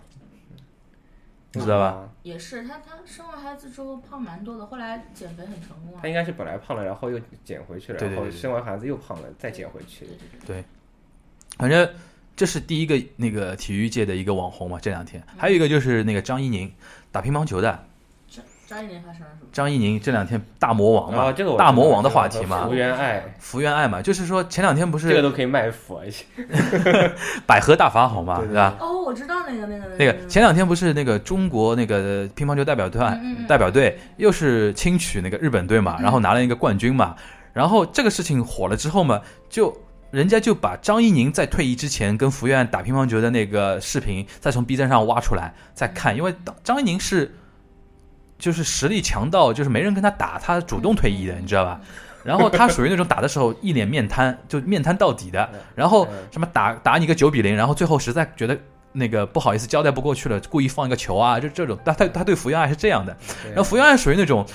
S1: 你知道吧？
S2: 吧？
S3: 也是，他他生完孩子之后胖蛮多的，后来减肥很成功啊
S2: 他。应该是本来胖了，然后又减回去了，
S1: 对对
S2: 然
S1: 对
S2: 后生完孩子又胖了，再减回去
S3: 对。对对，
S1: 反正这是第一个那个体育界的一个网红嘛，这两天还有一个就是那个张怡宁打乒乓球的，
S3: 这张一宁发生了什么？
S1: 张怡宁这两天大魔王嘛，
S2: 啊，这个我
S1: 大
S2: 知道
S1: 魔王的
S2: 这个
S1: 话题嘛
S2: 福原爱，
S1: 福原爱嘛，就是说前两天不
S2: 这个
S1: 是
S2: 都可以卖腐，啊而且
S1: 百合大法好嘛，
S2: 对对
S1: 是吧？
S3: 哦，我知道那个那个
S1: 那个前两天不是那个中国那个乒乓球代表队、
S3: 嗯嗯嗯
S1: 代表队又是轻取那个日本队嘛，
S3: 嗯
S1: 然后拿了一个冠军嘛，然后这个事情火了之后嘛，就人家就把张怡宁在退役之前跟福原爱打乒乓球的那个视频再从 B 站上挖出来再
S3: 嗯
S1: 看，因为当张怡宁是就是实力强到就是没人跟他打，他主动退役的，你知 道吧？然后他属于那种打的时候一脸面瘫，就面瘫到底的
S2: 嗯，
S1: 然后
S2: 嗯
S1: 什么打打你个九比零，然后最后实在觉得那个不好意思交代不过去了，故意放一个球啊，就这种。但他他对福原爱是这样的，然后福原爱属于那种。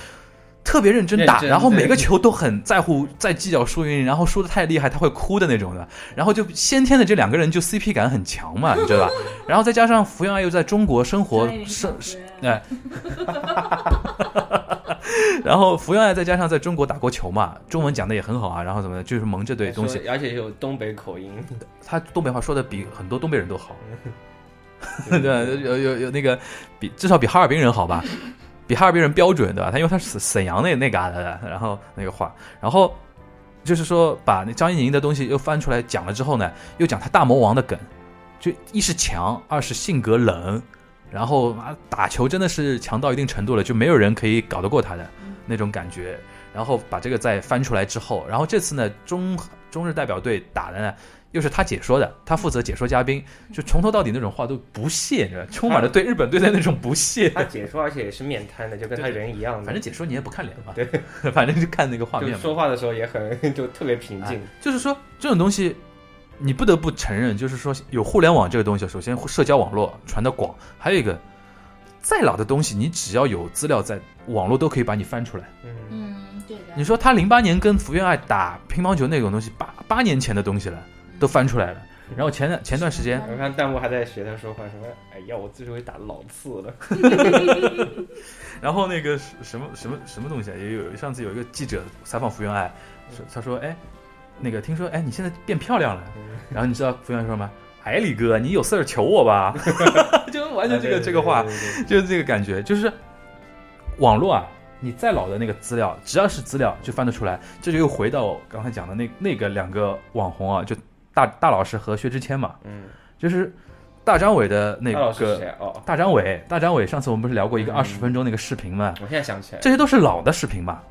S1: 特别认真打，
S2: 认真
S1: 然后每
S2: 对
S1: 个球都很在乎， 在计较输赢，然后输的太厉害他会哭的那种的，然后就先天的这两个人就 CP 感很强嘛，你知道 吧？然后再加上福原爱又在中国生
S3: 嗯
S1: 活生
S3: 哎，
S1: 哎，然后福原爱再加上在中国打过球嘛，中文讲的也很好啊，然后怎么的，就是蒙这对东西，，
S2: 而且有东北口音，
S1: 他东北话说的比很多东北人都好， 对，啊有有有那个比至少比哈尔滨人好吧，比哈尔滨人标准对吧？他因为他是沈沈阳那那嘎达的，然后那个话，然后就是说把那张怡宁的东西又翻出来讲了之后呢，又讲他大魔王的梗，就一是强，二是性格冷，然后啊打球真的是强到一定程度了，就没有人可以搞得过他的那种感觉。然后把这个再翻出来之后，然后这次呢，中中日代表队打的呢，又是他解说的，他负责解说嘉宾，就从头到底那种话都不屑，你知道吧充满了对日本队的那种不屑。
S2: 他解说，而且也是面瘫的，就跟他
S1: 对对
S2: 人一样的，
S1: 反正解说你也不看脸嘛，
S2: 对，
S1: 反正就看那个画
S2: 就
S1: 面嘛。哎
S2: 说话的时候也很 就特别平静，
S1: 就是说这种东西，你不得不承认，就是说有互联网这个东西，首先社交网络传的广，还有一个再老的东西，你只要有资料在，网络都可以把你翻出来。
S2: 嗯，
S3: 嗯，对的，
S1: 你说他零八年跟福原爱打乒乓球那种东西，八八年前的东西了，都 翻出来了。然后前段前段时间，
S2: 我看弹幕还在学他说话，什么哎呀，我最会打老刺 了，
S1: 然后那个什什么什么什么东西啊，也有上次有一个记者采访福原爱，
S2: 嗯
S1: 说他说哎，那个听说哎你现在变漂亮了，
S2: 嗯
S1: 然后你知道福原爱说什么？哎，李哥，你有事儿求我 吧，就完全这个、
S2: 啊
S1: 这个话，，
S2: 对对对对对
S1: 就是这个感觉，就是网络啊，你再老的那个资料，只要是资料就翻得出来。这就又回到我刚才讲的那那个两个网红啊，就大大老师和薛之谦嘛，
S2: 嗯，
S1: 就是大张伟的那
S2: 大老师是
S1: 个
S2: 谁？哦，
S1: 大张伟，大张伟上次我们不是聊过一个
S2: 嗯
S1: 二十分钟那个视频嘛？
S2: 我现在想起来，
S1: 这些都是老的视频嘛，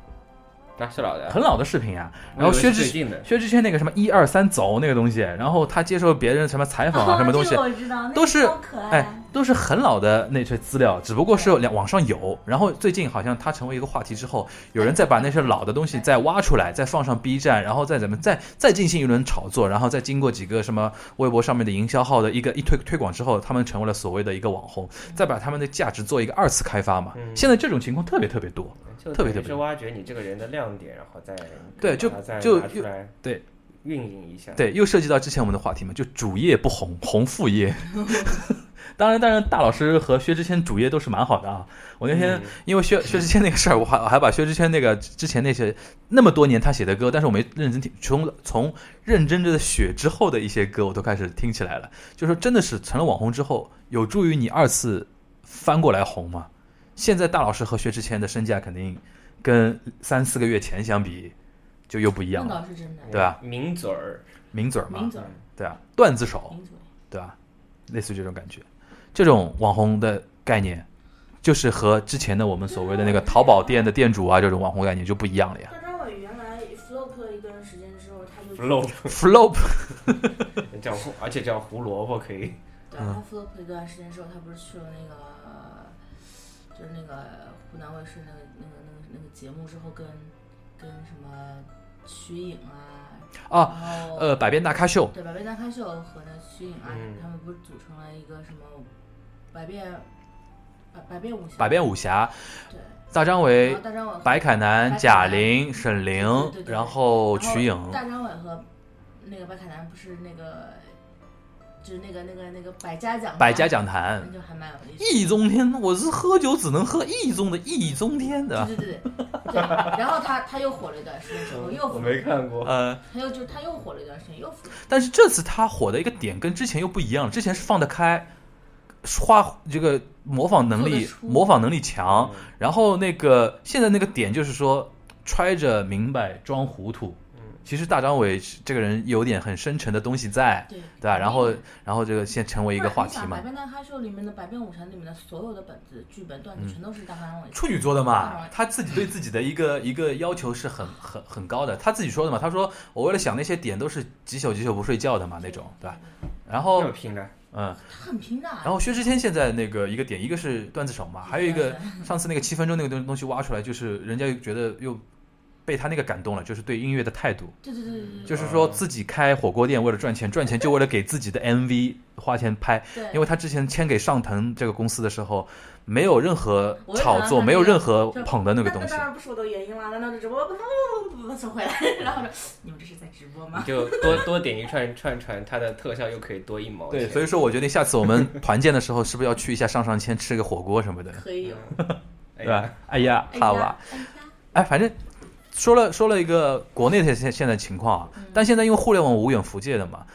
S2: 那是老的，
S1: 很老的视频啊。
S2: 呃我以
S1: 然后
S2: 为
S1: 薛
S2: 是
S1: 之
S2: 最近的，
S1: 薛之谦那个什么一二三走那个东西，然后他接受别人什么采访啊什么东西
S3: 哦这，个我知道，那个
S1: 都是
S3: 超可爱。
S1: 哎，都是很老的那些资料，只不过是
S3: 嗯
S1: 两网上有，然后最近好像它成为一个话题之后，有人再把那些老的东西再挖出来，再放上 B 站，然后再怎么再再进行一轮炒作，然后再经过几个什么微博上面的营销号的一个一推推广之后，他们成为了所谓的一个网红，再把他们的价值做一个二次开发嘛。
S2: 嗯
S1: 现在这种情况特别特别多，
S2: 就
S1: 特别
S2: 等于
S1: 特别
S2: 是挖掘你这个人的亮点，然后再
S1: 对就
S2: 把它再
S1: 就
S2: 拿出来
S1: 对
S2: 运营一下，
S1: 对，又涉及到之前我们的话题嘛，就主业不红，红副业。 当然，当然，大老师和薛之谦主业都是蛮好的啊。我那天
S2: 嗯
S1: 因为薛薛之谦那个事儿，我还我还把薛之谦那个之前那些那么多年他写的歌，但是我没认真听，从从认真的雪之后的一些歌，我都开始听起来了。就说真的是成了网红之后，有助于你二次翻过来红嘛。现在大老师和薛之谦的身价肯定跟三四个月前相比，就又不一样
S3: 那
S1: 了，
S3: 倒是真的，
S1: 对吧？
S2: 抿嘴儿，
S1: 抿嘴儿嘛
S3: 抿，嘴儿，
S1: 对啊，段子手，
S3: 抿嘴儿。
S1: 对吧？类似于这种感觉，这种网红的概念，就是和之前的我们所谓的那个淘宝店的店主啊这种网红概念就不一样了呀。
S3: 大张伟原来 flop 一段时间之后，他就
S2: 漏
S1: Flop，
S2: 嗯 叫胡，而且叫胡萝卜可以，
S3: 对啊
S1: 嗯
S3: 他 flop 一段时间之后，他不是去了那个，就是那个湖南卫视那个那个那个那个节目之后跟，跟什么瞿颖啊，
S1: 啊
S3: 然后
S1: 呃，百变大咖秀，
S3: 对百变大咖秀和那瞿颖啊，
S2: 嗯
S3: 他们不是组成了一个什么百变百百变舞
S1: 百变武侠，
S3: 对，
S1: 大张
S3: 然
S1: 伟
S3: 后、大张伟和
S1: 白凯南、
S3: 白凯南
S1: 贾玲、沈凌
S3: 对对，对
S1: 然后
S3: 然后
S1: 瞿颖，
S3: 大张伟和那个白凯南不是那个，就是那个那个那个百家奖嘛，
S1: 百家讲坛
S3: 那，就还蛮有意思的。
S1: 易中天，我是喝酒只能喝易中的易中天的，
S3: 对对对对，对然后他他又火了一段时间之后，又
S2: 我
S3: 火
S2: 没
S3: 了，
S2: 看 过，
S1: 呃，
S3: 他又就他又火了一段时间，又火了。
S1: 但是这次他火的一个点跟之前又不一样了，之前是放得开，画这个模仿能
S3: 做得
S1: 力
S3: 出
S1: 模仿能力强，
S2: 嗯
S1: 然后那个现在那个点就是说揣着明白装糊涂。其实大张伟这个人有点很深沉的东西在，
S3: 对
S1: 对吧？然后，然后这个先成为一个话题
S3: 那你想
S1: 嘛
S3: 百。变大咖秀里面的《百变舞城》里面的所有的本子、剧本、段
S1: 嗯
S3: 子，全都是大张伟。
S1: 处女座的
S3: 当
S1: 嘛
S3: 然，
S1: 他自己对自己的一个一个要求是很很很高的。他自己说的嘛，他说我为了想那些点都是几宿几宿不睡觉的嘛那种，对吧？然
S2: 那
S1: 后
S2: 么拼的，
S1: 嗯，
S3: 他很拼的啊。
S1: 然后薛之谦现在那个一个点，一个是段子手
S3: 嗯
S1: 嘛，还有一个上次那个七分钟那个东东西挖出来，就是人家又觉得又被他那个感动了，就是对音乐的态度，
S3: 对对对对对，
S1: 就是说自己开火锅店为了赚 钱，赚钱就为了给自己的 MV 花钱拍，
S3: 对，
S1: 因为他之前签给上腾这个公司的时候，没有任何
S3: 我也
S1: 炒
S3: 想
S1: 作，
S3: 到
S1: 没有
S3: 那个
S1: 任何
S3: 就
S1: 捧的那
S3: 那
S1: 个东西
S3: 当。然不是我的原因啦，难道这直播不不不不不走回来？然后说你们这是在直播吗？
S2: 就多多点一串串串，它的特效又可以多一毛钱。
S1: 对，所以说我决定下次我们团建的时候，是不是要去一下上上签吃个火锅什么 的，
S3: 可以有。
S2: 嗯哎
S1: 对
S2: 呀
S1: 吧，？哎呀，
S3: 哎
S1: 哈
S3: 呀
S1: 哇，，哎，反正说了说了一个国内的现现在情况啊
S3: 嗯，
S1: 但现在因为互联网无远弗届的嘛，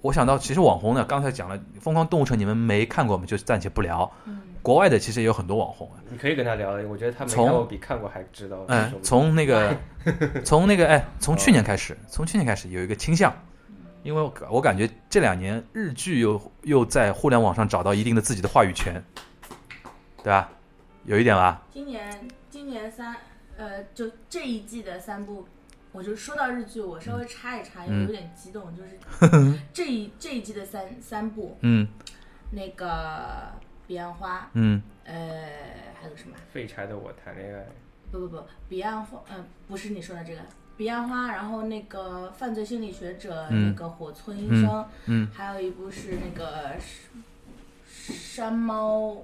S1: 我想到其实网红呢，刚才讲了《疯狂动物城》，你们没看过，我们就暂且不聊。
S3: 嗯，
S1: 国外的其实也有很多网红啊，
S2: 你可以跟他聊，我觉得他没
S1: 从
S2: 看过比看过还知道。
S1: 嗯
S2: 说，不定
S1: 从那个从那个哎，从去年开始，从去年开始有一个倾向。因为我感我感觉这两年日剧又又在互联网上找到一定的自己的话语权，对吧？有一点吧，
S3: 今年今年三呃，就这一季的三部，我就说到日剧，我稍微插一插，因为
S1: 嗯
S3: 有点激动，就是 这一这一季的三三部，
S1: 嗯
S3: 那个彼岸花，
S1: 嗯
S3: 呃，还有什么？
S1: 哎
S2: 废柴的我谈恋爱，
S3: 不不不，彼岸花，呃，不是你说的这个彼岸花，然后那个犯罪心理学者，
S1: 嗯
S3: 那个火村医
S1: 嗯
S3: 生，
S1: 嗯，
S3: 还有一部是那个山山猫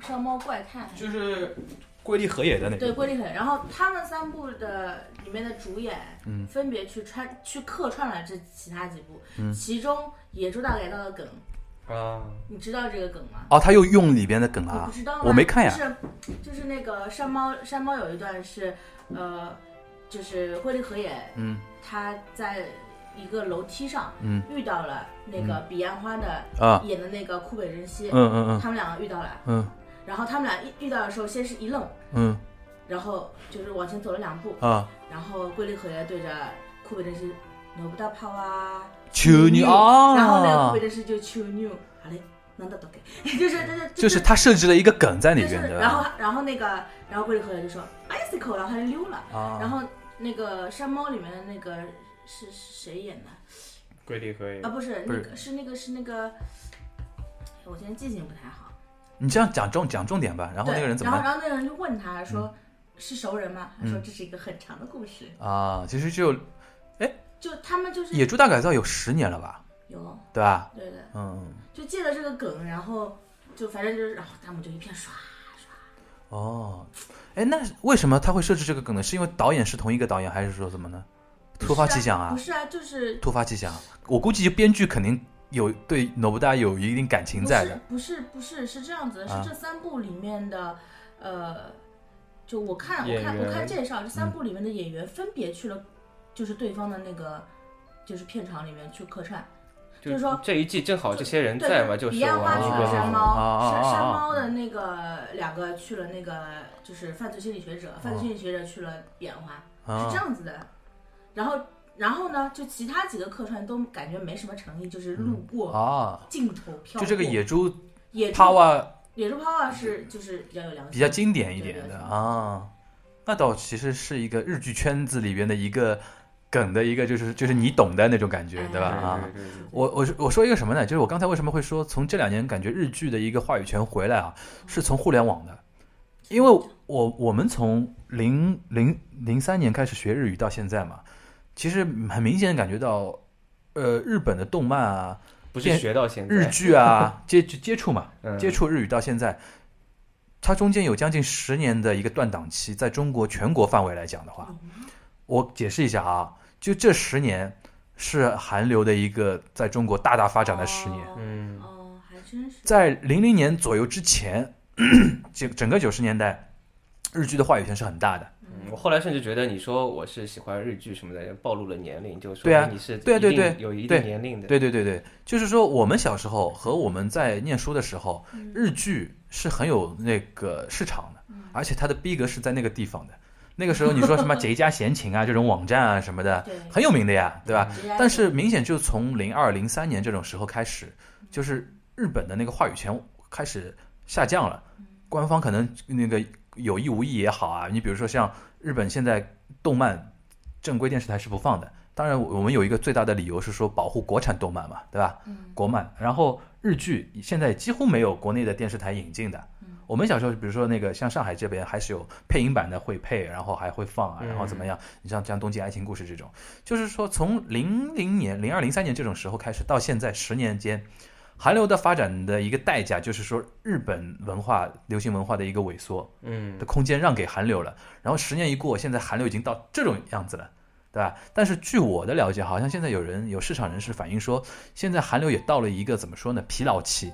S3: 山猫怪探，
S1: 就是龟梨和也的那
S3: 对，郭立肯。然后他们三部的里面的主演，
S1: 嗯
S3: 分别去穿去客串了这其他几部，
S1: 嗯
S3: 其中野猪大改造的梗，
S2: 啊，
S3: 你知道这个梗吗？
S1: 哦，他又用里边的梗了、
S3: 你
S1: 啊
S3: 不知道吗？，
S1: 我没看呀。
S3: 就是就是那个山猫山猫有一段是，呃，就是惠利河也
S1: 嗯
S3: 他在一个楼梯上
S1: 嗯
S3: 遇到了那个彼岸花的、
S1: 啊，
S3: 演的那个库北真希
S1: 嗯，嗯
S3: 他们两个遇到了，
S1: 嗯
S3: 然后他们俩一遇到的时候，先是一愣，
S1: 嗯
S3: 然后就是往前走了两步，
S1: 嗯啊，
S3: 然后龟梨和也对着库北真希，我不大怕哇。
S1: 求你
S3: 然后那个库
S1: 啊
S3: 北！真希就求你，好嘞，难道都给， 就是就是
S1: 就是他设置了一个梗在里
S3: 就
S1: 边
S3: 是
S1: 的，
S3: 然后然后那个然后龟梨和也就说 bicycle，然后他就溜了。
S1: 啊，
S3: 然后那个山猫里面的那个是是谁演的
S2: 龟梨和也
S3: 啊？不是
S1: 不
S3: 那
S1: 是
S3: 个是那个是那个，哎我今天记性不太好。
S1: 你这样讲重讲重点吧。然后那个人怎么
S3: 对
S1: 了
S3: 然后然后那个人就问他说。是熟人吗？他说
S1: 嗯
S3: 这是一个很长的故事，
S1: 啊？其实就
S3: 就他们就是
S1: 野猪大改造有十年了吧，
S3: 有
S1: 对吧？
S3: 对的，
S1: 嗯，
S3: 就借了这个梗，然后就反正就是，然后弹幕就一片刷刷。
S1: 哦，哎，那为什么他会设置这个梗呢？是因为导演是同一个导演，还是说怎么呢？突发奇想啊
S3: 不？是啊，就是
S1: 突发奇想，我估计编剧肯定有对《罗布达》有一定感情
S3: 不
S1: 在的
S3: 是。不是不是是这样子的，
S1: 啊
S3: 是这三部里面的，呃，就我看我
S2: 演
S3: 看我看
S2: 员
S3: 介绍，这
S1: 嗯
S3: 三部里面的演员分别去了，就是对方的那个就是片场里面去客串。
S2: 就
S3: 就是说
S2: 这一季正好这些人
S3: 对，
S2: 在嘛，就是
S3: 彼岸花去
S1: 啊
S3: 了山
S1: 啊
S3: 猫，
S1: 啊
S3: 山
S1: 啊
S3: 山猫的那个两个去了那个就是犯罪心理学者，犯
S1: 哦
S3: 罪心理学者去了彼岸花，是
S1: 啊
S3: 这，样子的。然后，然后呢，就其他几个客串都感觉没什么诚意，就是路过
S1: 啊，
S3: 镜头飘过。
S1: 就这个野猪
S3: 野猪
S1: 帕瓦
S3: 野猪泡啊是就是比较有良心，
S1: 比较经典一
S3: 对
S1: 点
S3: 对
S1: 的
S3: 对
S1: 啊。那倒其实是一个日剧圈子里边的一个梗的一个，就是就是你懂的那种感觉，
S3: 哎
S1: 对吧？啊，
S2: 对对对对
S1: 我我是我说一个什么呢？就是我刚才为什么会说从这两年感觉日剧的一个话语权回来啊，是从互联网的，因为我我们从零零零三年开始学日语到现在嘛，其实很明显感觉到，呃，日本的动漫啊、
S2: 不是学到现在
S1: 日剧啊接接触嘛，
S2: 嗯
S1: 接触日语到现在，它中间有将近十年的一个断档期，在中国全国范围来讲的
S3: 哦
S1: 话，我解释一下啊，就这十年是韩流的一个在中国大大发展的十年。
S2: 嗯
S3: 哦，还真是
S1: 在零零年左右之前，整整个九十年代，日剧的话语权是很大的。
S2: 嗯我后来甚至觉得你说我是喜欢日剧什么的，暴露了年龄，就说哎
S1: 对啊
S2: 你是
S1: 对对
S2: 一定
S1: 对
S2: 有一
S1: 对
S2: 定年龄的，
S1: 对对对对，就是说我们小时候和我们在念书的时候，
S3: 嗯
S1: 日剧是很有那个市场的，而且它的逼格是在那个地方的。那个时候你说什么 结一家闲情啊这种网站啊什么的
S3: 对，
S1: 很有名的呀，对吧？
S3: 直接
S1: 但是明显就从零二零三年这种时候开始，就是日本的那个话语权开始下降了，官方可能那个有意无意也好啊，你比如说像日本现在动漫正规电视台是不放的，当然我们有一个最大的理由是说保护国产动漫嘛，对吧？
S3: 嗯
S1: 国漫，然后日剧现在几乎没有国内的电视台引进的
S3: 嗯。
S1: 我们小时候，比如说那个像上海这边还是有配音版的会配，然后还会放啊，
S2: 嗯
S1: 然后怎么样？你像像《东京爱情故事》这种，就是说从零零年、零二零三年这种时候开始到现在十年间，韩流的发展的一个代价就是说日本文化、流行文化的一个萎缩。
S2: 嗯
S1: 的空间让给韩流了。然后十年一过，现在韩流已经到这种样子了，对吧？但是据我的了解，好像现在有人有市场人士反映说，现在韩流也到了一个怎么说呢，疲劳期。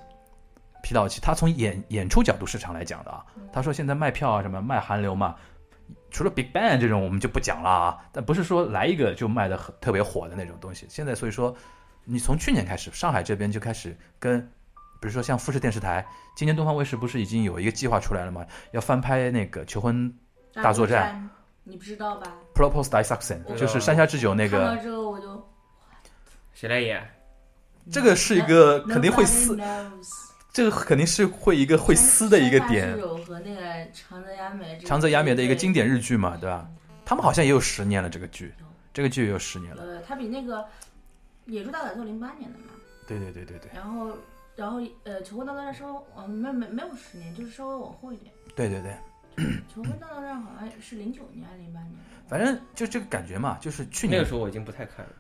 S1: 疲劳期，他从演演出角度市场来讲的啊，他说现在卖票啊什么卖韩流嘛，除了 BigBang 这种我们就不讲了啊，但不是说来一个就卖的特别火的那种东西。现在所以说，你从去年开始，上海这边就开始跟，比如说像富士电视台，今年东方卫视不是已经有一个计划出来了吗？要翻拍那个《求婚大作战
S3: 战，你不知道吧？
S1: Propose Die Saxon》，
S2: 嗯
S1: 就是山下智久那
S3: 看
S1: 个，
S3: 到之后我就嗯
S2: 谁来演？啊
S1: 这个是一个肯定会撕，
S3: Nobody knows
S1: 这个肯定是会一个会撕的一个
S3: 山下
S1: 点
S3: 智。久和那个长泽雅美，
S1: 长泽雅美的一个经
S3: 典。
S1: 典日剧嘛，对吧？他们好像也有十年了，这个剧
S3: 有，
S1: 这个剧也有十年了。
S3: 呃，它比那个《野猪大改造》零八年 的嘛，
S1: 对对对对对
S3: 然后然后呃，《求婚大作战》稍微呃没没没有十年，就是稍微往后一 点，
S1: 对对对，
S3: 《求婚大作战》好像是零九年还是零八年？
S1: 反正就这个感觉嘛，就是去
S2: 那
S1: 年
S2: 个时候我已经不太看了。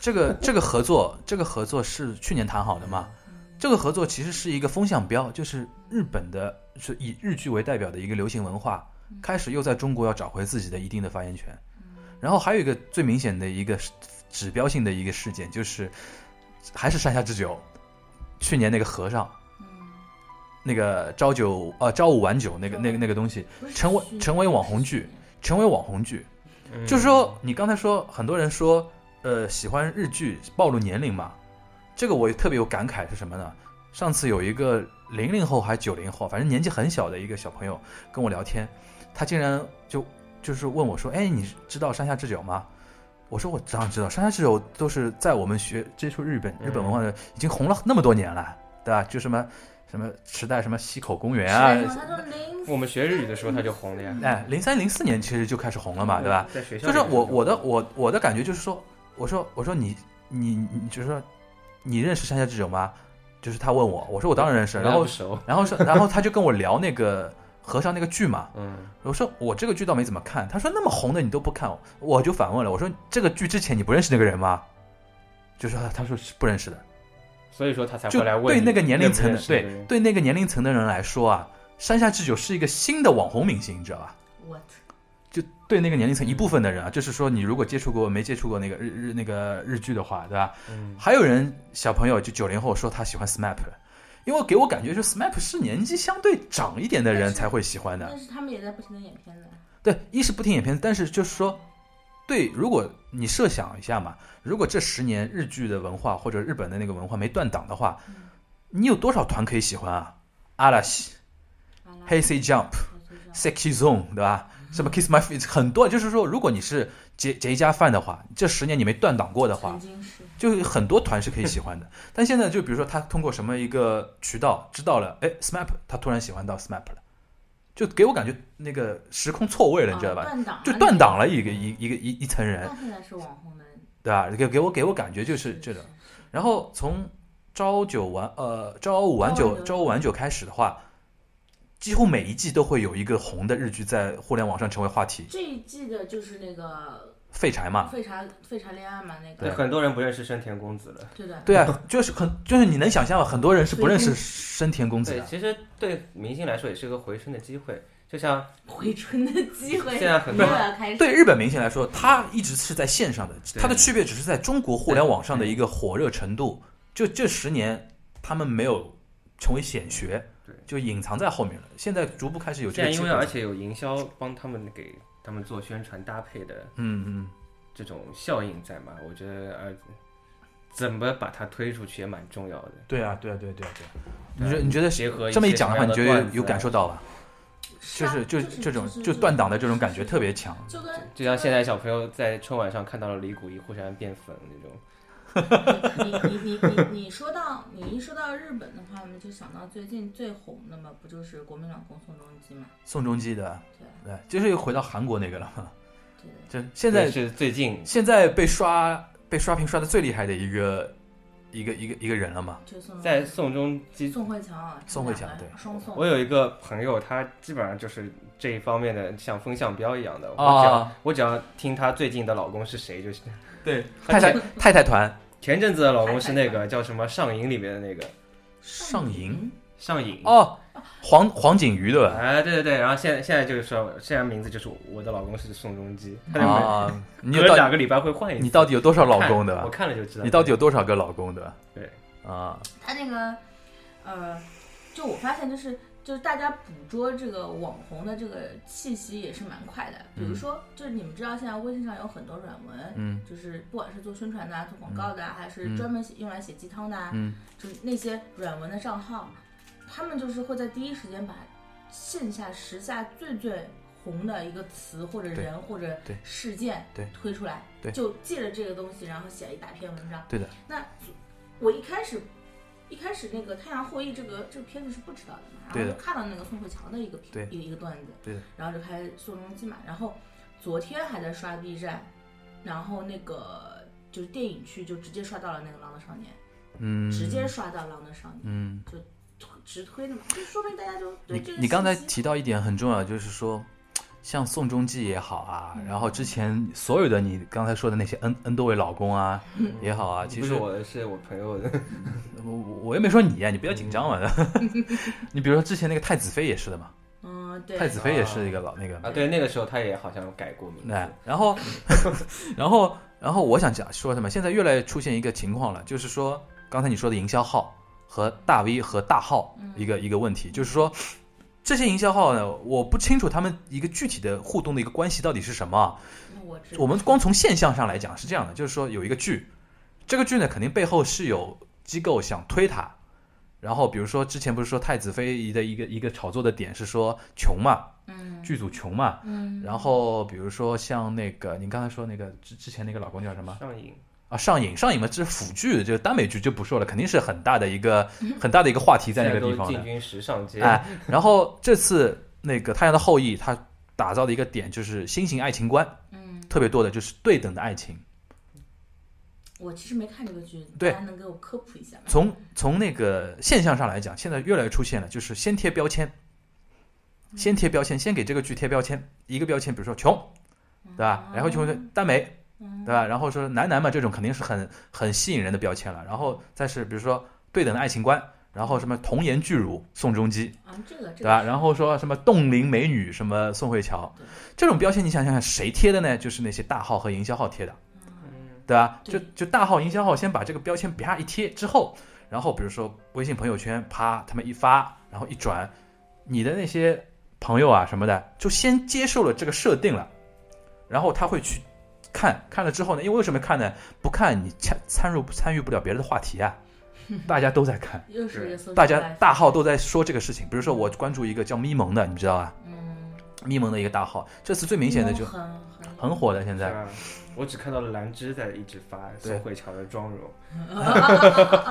S1: 这个这个合作，这个合作是去年谈好的嘛？这个合作其实是一个风向标，就是日本的，是以日剧为代表的一个流行文化，开始又在中国要找回自己的一定的发言权。然后还有一个最明显的一个指指标性的一个事件，就是还是山下智久，去年那个和尚，
S3: 嗯，
S1: 那个朝九呃朝五晚九那个那个那个东西，
S3: 不是
S1: 成为
S3: 十年
S1: 成为网红剧，成为网红剧，
S2: 嗯
S1: 就是说，你刚才说很多人说，呃，喜欢日剧暴露年龄嘛，这个我也特别有感慨是什么呢？上次有一个零零后还九零后，反正年纪很小的一个小朋友跟我聊天，他竟然就就是问我说：“哎，你知道山下智久吗？”我说：“我当然知道，山下智久都是在我们学接触日本日本文化的，已经红了那么多年了，对吧？就什么什么时代什么西口公园
S3: 是
S1: 啊，
S3: 吗他说零
S2: 我们学日语的时候他就红了呀，
S1: 哎，零三零四年其实就开始红了嘛，对吧？？
S2: 在学校
S1: 就是我我的我我的感觉就是说，我说我说你你你就是说你认识山下智久吗？就是他问我，我说我当然认识，然后
S2: 不熟，
S1: 然后说然后他就跟我聊那个和尚那个剧嘛，
S2: 嗯，
S1: 我说我这个剧倒没怎么看，他说那么红的你都不看，我就反问了，我说这个剧之前你不认识那个人吗？就说他说是不认识的，
S2: 所以说他才
S1: 就
S2: 会来问
S1: 对
S2: 你
S1: 那个年龄层
S2: 认
S1: 的
S2: 不
S1: 对
S2: 认识这个人
S1: 对那个年龄层的人来说啊，山下智久是一个新的网红明星，你知道吧？
S3: what？
S1: 就对那个年龄层一部分的人啊，就是说你如果接触过没接触过那个日日那个日剧的话，对吧？
S2: 嗯
S1: 还有人小朋友就九零后说他喜欢 SMAP，因为给我感觉就 SMAP 是年纪相对长一点的人才会喜欢的。
S3: 但是他们也在不停的演片子，
S1: 对，一是不听影片，但是就是说，对，如果你设想一下嘛，如果这十年日剧的文化或者日本的那个文化没断档的话，你有多少团可以喜欢啊？阿拉西、
S3: 阿拉
S1: Hey Say Jump、Sexy Zone，对吧？什么 Kiss My Feet，很多就是说，如果你是结结一家饭的话，这十年你没断档过的话
S3: 曾，经是
S1: 就是很多团是可以喜欢的。 但现在就比如说他通过什么一个渠道知道了，哎，SMAP，他突然喜欢到 SMAP 了，就给我感觉那个时空错位了，你知道吧？
S3: 啊断档
S1: 就断档了一个
S3: 一。
S1: 一一个一一层人
S3: 那，现在是网红的，
S1: 对吧？给给我给我感觉就是这种。然后从朝九晚呃朝五晚
S3: 朝五
S1: 九
S3: 晚九
S1: 朝五晚九开始的话，几乎每一季都会有一个红的日剧在互联网上成为话题，
S3: 这一季的就是那个
S1: 废柴嘛。
S3: 废柴废柴恋爱嘛，那
S2: 对
S3: 个
S2: 很多人不认识深田恭子了。
S3: 对的，
S1: 对 啊，就是很就是你能想象吗？很多人
S2: 嗯
S1: 是不认识
S3: 所以
S1: 深田恭子
S2: 对，
S1: 的，
S2: 其实对明星来说也是个回升的机会，就像
S3: 回春的机会
S2: 现在很
S3: 又
S2: 多
S3: 要开始
S1: 对日本明星来说，他一直是在线上的，
S2: 对
S1: 他的区别只是在中国互联网上的一个火热程度。就这十年，他们没有成为显学，
S2: 对
S1: 就隐藏在后面了。现在逐步开始有这个
S2: 现在
S1: 机
S2: 因
S1: 会
S2: 为，而且有营销帮他们给他们做宣传搭配的
S1: 嗯嗯。
S2: 这种效应在嘛，我觉得呃，怎么把它推出去也蛮重要的。
S1: 对啊，对啊，对啊对啊对啊。
S2: 对
S1: 你
S2: 啊
S1: 觉你觉得
S2: 结合一
S1: 这么
S2: 些
S1: 一讲
S2: 什
S1: 的
S2: 么
S1: 话，你
S2: 样的
S1: 觉得
S2: 段子
S1: 有感
S2: 啊
S1: 受到吧？
S3: 是
S1: 就
S3: 啊
S1: 是就
S3: 就是
S1: 这种
S3: 就是
S1: 就断档的这种感觉特别强。
S3: 就跟
S2: 就像现在小朋友在春晚上看到了李谷一忽然变粉那种，
S3: 你你你你你说到你一说到日本的话，我们就想到最近最红的嘛，不就是国民老公宋仲基嘛？
S1: 宋仲基的，
S3: 对
S1: 对，就是又回到韩国那个了 嘛。
S3: 对对，
S1: 就现在
S2: 这是最近
S1: 现在被刷被刷屏刷的最厉害的一个一个一个一个人了嘛。
S3: 就宋
S2: 在宋仲基，
S3: 宋慧乔啊，
S1: 宋慧乔
S3: 他们两个
S1: 对
S3: 双宋，
S2: 我有一个朋友，他基本上就是这一方面的像风向标一样的。我只要、
S1: 啊，
S2: 我只要听她最近的老公是谁就行。
S1: 对，
S2: 她
S1: 太太
S2: 前
S1: 太太团
S2: 前阵子的老公是那个叫什么《上瘾》里面的那个
S1: 上瘾
S2: 上瘾。
S1: 哦，黄黄景瑜对吧？
S2: 哎，对对对，然后现在现在就是说，现在名字就是我的老公是宋仲基，他就每、
S1: 啊，你有
S2: 隔
S1: 到
S2: 两个礼拜会换一次。
S1: 你到底有多少老公
S2: 看我
S1: 的？
S2: 看了就知道。
S1: 你到底有多少个老公的？
S2: 对
S1: 啊，
S3: 他那个呃，就我发现就是就是大家捕捉这个网红的这个气息也是蛮快的。比如
S1: 嗯
S3: 说，就是你们知道现在微信上有很多软文，
S1: 嗯
S3: 就是不管是做宣传的、啊、做广告的、啊，还是
S1: 嗯
S3: 专门写用来写鸡汤的、啊，
S1: 嗯，
S3: 就是那些软文的账号，他们就是会在第一时间把线下时下最最红的一个词或者
S1: 对
S3: 人或者
S1: 对
S3: 事件
S1: 对
S3: 推出来，
S1: 对
S3: 就借着这个东西，然后写了一大篇文章。
S1: 对的。
S3: 那我一开始。一开始那个《太阳后裔》这个这个片子是不知道的嘛，
S1: 对
S3: 然
S1: 的
S3: 后就看到那个宋慧乔的一个评
S1: 对
S3: 一个一个段子，
S1: 对的
S3: 然后就开宋仲基嘛，然后昨天还在刷 B 站，然后那个就是电影区就直接刷到了那个《狼的少年》，
S1: 嗯，
S3: 直接刷到《狼的少年》
S1: 嗯。
S3: 直推的嘛，就说明大家就对
S1: 你
S3: 这个
S1: 你刚才
S3: 信息
S1: 提到一点很重要，就是说，像宋仲基也好啊，
S3: 嗯
S1: 然后之前所有的你刚才说的那些 n n 多位老公啊
S3: 嗯
S1: 也好啊，其
S2: 不
S1: 实
S2: 是我的，是我朋友的。
S1: 我我又没说你、啊，你不要紧张嘛。
S2: 嗯
S1: 你比如说之前那个太子妃也是的嘛，
S3: 嗯对
S1: 太子妃也是一个老那个，
S2: 啊，对，那个时候他也好像改过名字
S1: 对，，然 后然后然后我想讲说什么？现在越来越出现一个情况了，就是说刚才你说的营销号和大 V 和大号
S3: 嗯
S1: 一个、一个问题，就是说。这些营销号呢，我不清楚他们一个具体的互动的一个关系到底是什么啊、
S3: 那我知道
S1: 我们光从现象上来讲是这样的，就是说有一个剧，这个剧呢肯定背后是有机构想推它，然后比如说之前不是说太子妃的一个一个炒作的点是说穷嘛，
S3: 嗯
S1: 剧组穷嘛，
S3: 嗯
S1: 然后比如说像那个您刚才说那个之之前那个老公叫什么
S2: 上瘾。
S1: 啊上瘾上瘾嘛，这是腐剧，这个耽美剧就不说了，肯定是很大的一 个很大的一个话题在那个地方的
S2: 现在都进。军时尚界，
S1: 哎，然后这次那个《太阳的后裔》它打造的一个点就是新型爱情观
S3: 嗯，
S1: 特别多的，就是对等的爱情。
S3: 我其实没看这个剧，
S1: 对
S3: 大家能给我科普一下吗？
S1: 从从那个现象上来讲，现在越来越出现了，就是先贴标签，
S3: 嗯
S1: 先贴标签，先给这个剧贴标签，一个标签，比如说穷，对吧？然后就会耽美，对吧？然后说男男嘛，这种肯定是很很吸引人的标签了。然后再是比如说对等的爱情观，然后什么童颜巨乳宋仲基，
S3: 啊，这个这
S1: 对
S3: 个
S1: 吧？然后说什么冻龄美女什么宋慧乔
S3: 对，
S1: 这种标签你想想看谁贴的呢？就是那些大号和营销号贴的。
S2: 嗯，
S1: 对吧？就
S3: 对
S1: 就大号营销号先把这个标签啪一贴之后，然后比如说微信朋友圈啪他们一发，然后一转，你的那些朋友啊什么的，就先接受了这个设定了，然后他会去看，看了之后呢，因为为什么看呢？不看你参参入参与不了别的话题 啊，大家都在看，
S3: 又是一个搜
S1: 大家大号都在说这个事情。比如说我关注一个叫咪蒙的，你知道吧？
S3: 嗯，
S1: 咪蒙的一个大号，这次最明显的就
S3: 很
S1: 很
S3: 很
S1: 火的，现
S2: 是
S1: 在
S2: 吧？啊我只看到了兰芝在一直发
S1: 对
S2: 宋慧乔的妆容，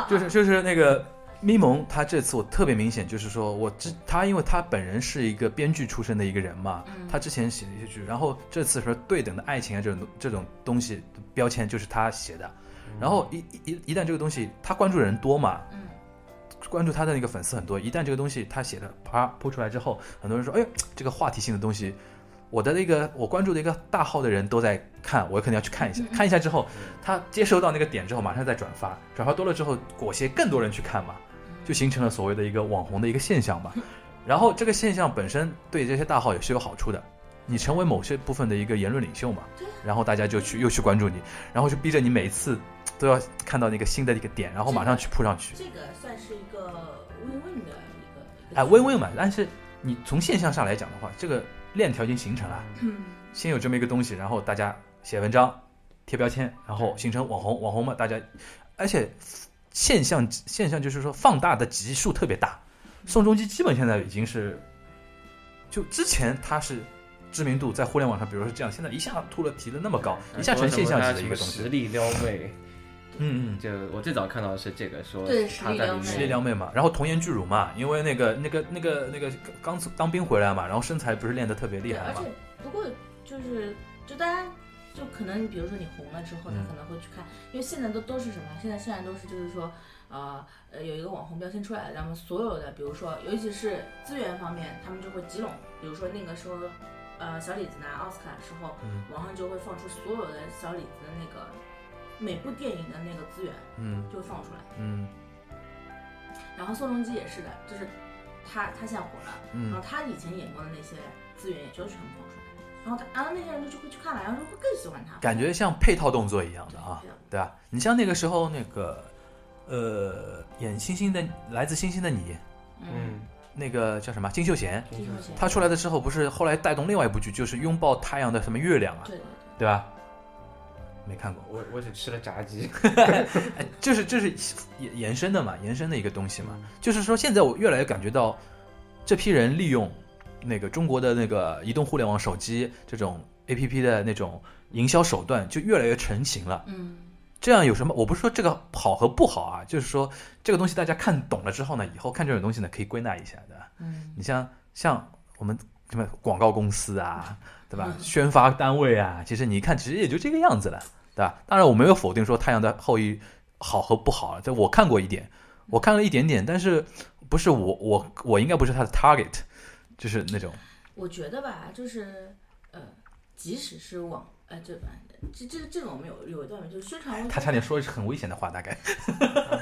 S1: 就是就是那个咪蒙，他这次我特别明显，就是说我之他，因为他本人是一个编剧出身的一个人嘛，
S3: 嗯
S1: 他之前写的一些剧，然后这次说对等的爱情啊这种这种东西标签就是他写的，嗯然后一一一一旦这个东西他关注的人多嘛，
S3: 嗯
S1: 关注他的那个粉丝很多，一旦这个东西他写的啪铺出来之后，很多人说，哎呦，这个话题性的东西，我的那个我关注的一个大号的人都在看，我肯定要去看一下
S3: 嗯。嗯
S1: 看一下之后
S2: 嗯，
S1: 他接收到那个点之后，马上再转发，转发多了之后，裹挟更多人去看嘛，
S3: 嗯
S1: 就形成了所谓的一个网红的一个现 象嘛。然后这个现象本身对这些大号也是有好处的，你成为某些部分的一个言论领袖嘛
S3: 对啊，
S1: 然后大家就去又去关注你，然后就逼着你每次都要看到那个新的一个点，然后马上去扑上去。
S3: 这个算是一个微 win win 的一个。一个
S1: 哎，win win 嘛，但是你从现象上来讲的话，这个链条已经形成了，
S3: 嗯
S1: 先有这么一个东西，然后大家写文章、贴标签，然后形成网红，网红嘛，大家，而且现象现象就是说放大的级数特别大。宋仲基基本现在已经是，就之前他是知名度在互联网上，比如说这样，现在一下突了提的那么高，一下成现象级的一个东
S2: 实
S1: 西。
S2: 力撩妹，
S1: 嗯嗯，
S2: 就我最早看到的是这个说，
S3: 对
S2: 他
S3: 实力
S2: 在
S3: 撩
S2: 里
S3: 妹
S1: 实力
S2: 面
S1: 撩妹嘛，然后童颜巨乳嘛，因为那个那个那个那个刚从当兵回来嘛，然后身材不是练得特别厉
S3: 对，
S1: 害
S3: 而
S1: 嘛
S3: 且，不过就是就大家就可能，比如说你红了之后，他
S1: 嗯
S3: 可能会去看，因为现在都都是什么？现在现在都是就是说，呃呃，有一个网红标签出来，然后所有的，比如说尤其是资源方面，他们就会集拢，比如说那个时候。呃，小李子拿奥斯卡的时候，
S1: 嗯
S3: 网上就会放出所有的小李子的那个每部电影的那个资源，
S1: 嗯
S3: 就会放出来。
S1: 嗯
S3: 然后宋仲基也是的，就是他他现在火了，然后
S1: 嗯，
S3: 他以前演过的那些资源也就全部放出来，然后他，然后那些人就会去看了，然后就会更喜欢他。嗯
S1: 感觉像配套动作一样的啊
S3: 对，
S1: 对吧？你像那个时候那个，呃，演《星星的来自星星的你》
S3: 嗯，
S2: 嗯，
S1: 那个叫什么金秀贤，
S3: 挺有钱。
S1: 她出来的时候不是后来带动另外一部剧，就是《拥抱太阳的什么月亮》啊，
S3: 对对
S1: 对吧？没看过，
S2: 我我只吃了炸鸡，
S1: 哎，就是就是延延伸的嘛，延伸的一个东西嘛。
S2: 嗯
S1: 就是说，现在我越来越感觉到，这批人利用那个中国的那个移动互联网、手机这种 A P P 的那种营销手段，就越来越成型了。
S3: 嗯，
S1: 这样有什么？我不是说这个好和不好啊，就是说这个东西大家看懂了之后呢，以后看这种东西呢，可以归纳一下的。
S3: 嗯
S1: 你像像我们什么广告公司啊，对吧？宣发单位啊，其实你一看，其实也就这个样子了，对吧？当然，我没有否定说《太阳的后裔》好和不好，啊这我看过一点，我看了一点点，但是不是我我我应该不是他的 target，就是那种
S3: 我觉得吧，就是呃，即使是网呃，这吧，这这这种我们有有一段就是宣传
S1: 他差点说很危险的话，大概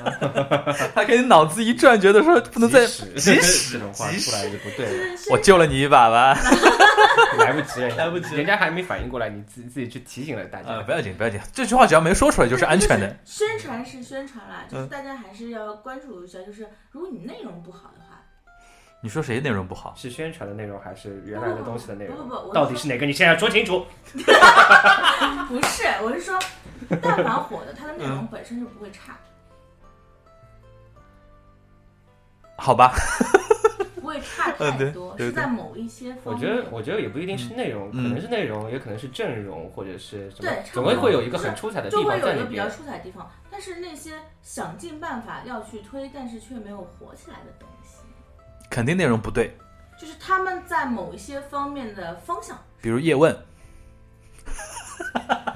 S1: 他给你脑子一转，觉得说不能再
S2: 即
S1: 即
S2: 使
S1: 使
S2: 这种话
S1: 即
S2: 出来就不对了，
S1: 我救了你一把吧，
S2: 来不及了，
S1: 来不及了
S2: 人家还没反应过来，你自自己去提醒了大
S1: 呃，
S2: 家
S1: 不，要紧不要紧，这句话只要没说出来就是安全的。。
S3: 宣传是宣传啦，就是
S1: 嗯
S3: 大家还是要关注一下，就是如果你内容不好的话，
S1: 你说谁内容不好？
S2: 是宣传的内容还是原来的东西的内容？
S3: 呃不不不我
S2: 到底是哪个？你现在要说清楚。
S3: 不是，我是说，但凡火的，它的内容本身就不会差，
S1: 好吧，
S3: 不会差
S1: 嗯对
S3: 太多，
S1: 对
S3: 是
S1: 对
S3: 在某一些
S2: 我
S3: 方面。
S2: 觉得，我觉得也不一定是内容，
S1: 嗯
S2: 可能是内容，也可能是阵容，或者是什么
S3: 对，
S2: 总归会有一个很出彩的
S3: 就
S2: 地
S3: 会
S2: 方
S3: 有
S2: 在
S3: 一
S2: 里
S3: 个比较
S2: 边。
S3: 出彩的地方，但是那些想尽办法要去推，但是却没有火起来的东西，
S1: 肯定内容不对，
S3: 就是他们在某一些方面的 方向。
S1: 比如叶问。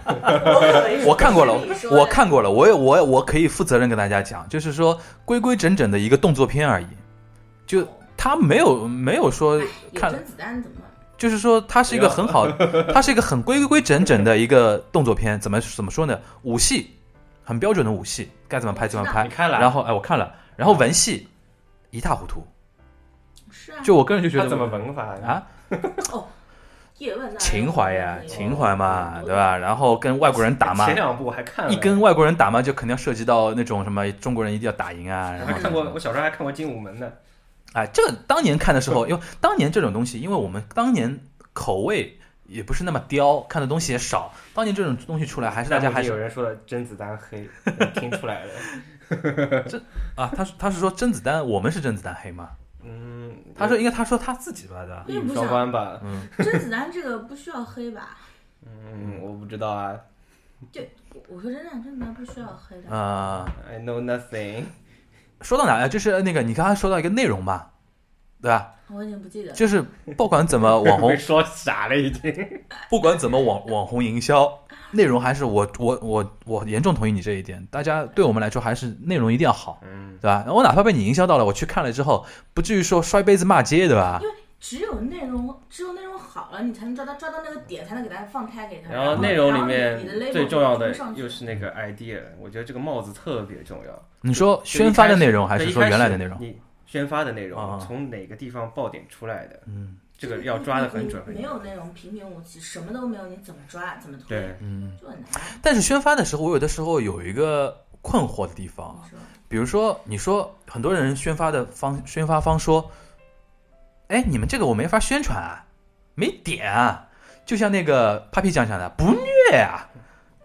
S3: 我
S1: 我看过了，我看过了，我也我也我可以负责任跟大家讲，就是说规规整整的一个动作片而已，就他没有没有说
S3: 哎有
S1: 看
S3: 甄子丹怎么？
S1: 就是说它是一个很好， 它是一个很规规整整的一个动作片，怎么怎么说呢？武戏很标准的武戏，该怎么拍怎么拍
S2: 你，看了，
S1: 然后哎我看了，然后文戏一塌糊涂，
S3: 是啊，
S1: 就我个人就觉
S2: 他
S1: 得
S2: 怎么文法呀？
S1: 啊
S3: 叶问那
S1: 情怀呀
S3: 那个
S1: 情怀嘛对吧？然后跟外国人打嘛
S2: 前。两部我还看了
S1: 一跟外国人打嘛，就肯定涉及到那种什么中国人一定要打赢啊，
S2: 我
S1: 然后
S2: 还
S1: 什
S2: 看
S1: 么什
S2: 过，
S1: 么
S2: 我小时候还看过《精武门》呢。
S1: 哎，这个当年看的时候，因为当年这种东西，因为我们当年口味也不是那么刁，看的东西也少，当年这种东西出来，还是大家
S2: 弹幕
S1: 还
S2: 里有
S1: 是
S2: 人说了甄子丹黑，听出来 了。
S1: 啊，他是他是说甄子丹，我们是甄子丹黑吗？
S2: 嗯，
S1: 他说应该他说他自己吧，对吧？
S2: 一语双关吧？
S1: 嗯，
S3: 甄子丹这个不需要黑吧？
S2: 嗯，我不知道啊
S3: 我我说真的，甄子丹不需要黑的。
S1: 呃，
S2: ，I know nothing。
S1: 说到哪儿啊？就是那个你刚才说到一个内容嘛，对吧？
S3: 我已经不记得了。
S1: 就是不管怎么网红
S2: 被，说傻了已经。
S1: 不管怎么网网红营销，内容还是我我我我严重同意你这一点。大家对我们来说，还是内容一定要好。
S2: 嗯，
S1: 对吧？我哪怕被你营销到了，我去看了之后，不至于说摔杯子骂街，对吧？
S3: 只有内容，只有内容好了，你才能抓到抓到那个点，才能给它放开给它。
S2: 然后内容里面
S3: 然后你的 label
S2: 最重要
S3: 就
S2: 的
S3: 会上去
S2: 又是那个 idea，我觉得这个帽子特别重要。
S1: 你说宣发的内容还是说原来的内容？
S2: 你宣发的内
S1: 啊
S2: 容从哪个地方爆点出来的，
S1: 嗯
S2: 这个要抓的很准
S3: 你。没有内容平平无奇，什么都没有，你怎么抓？怎么推？
S2: 对，
S1: 嗯。
S3: 就很难。
S1: 但是宣发的时候，我有的时候有一个困惑的地方，啊
S3: 你说
S1: 比如说，你说很多人宣发的方宣发方说，哎，你们这个我没法宣传啊，没点啊，就像那个 Papi 酱讲的，不虐啊，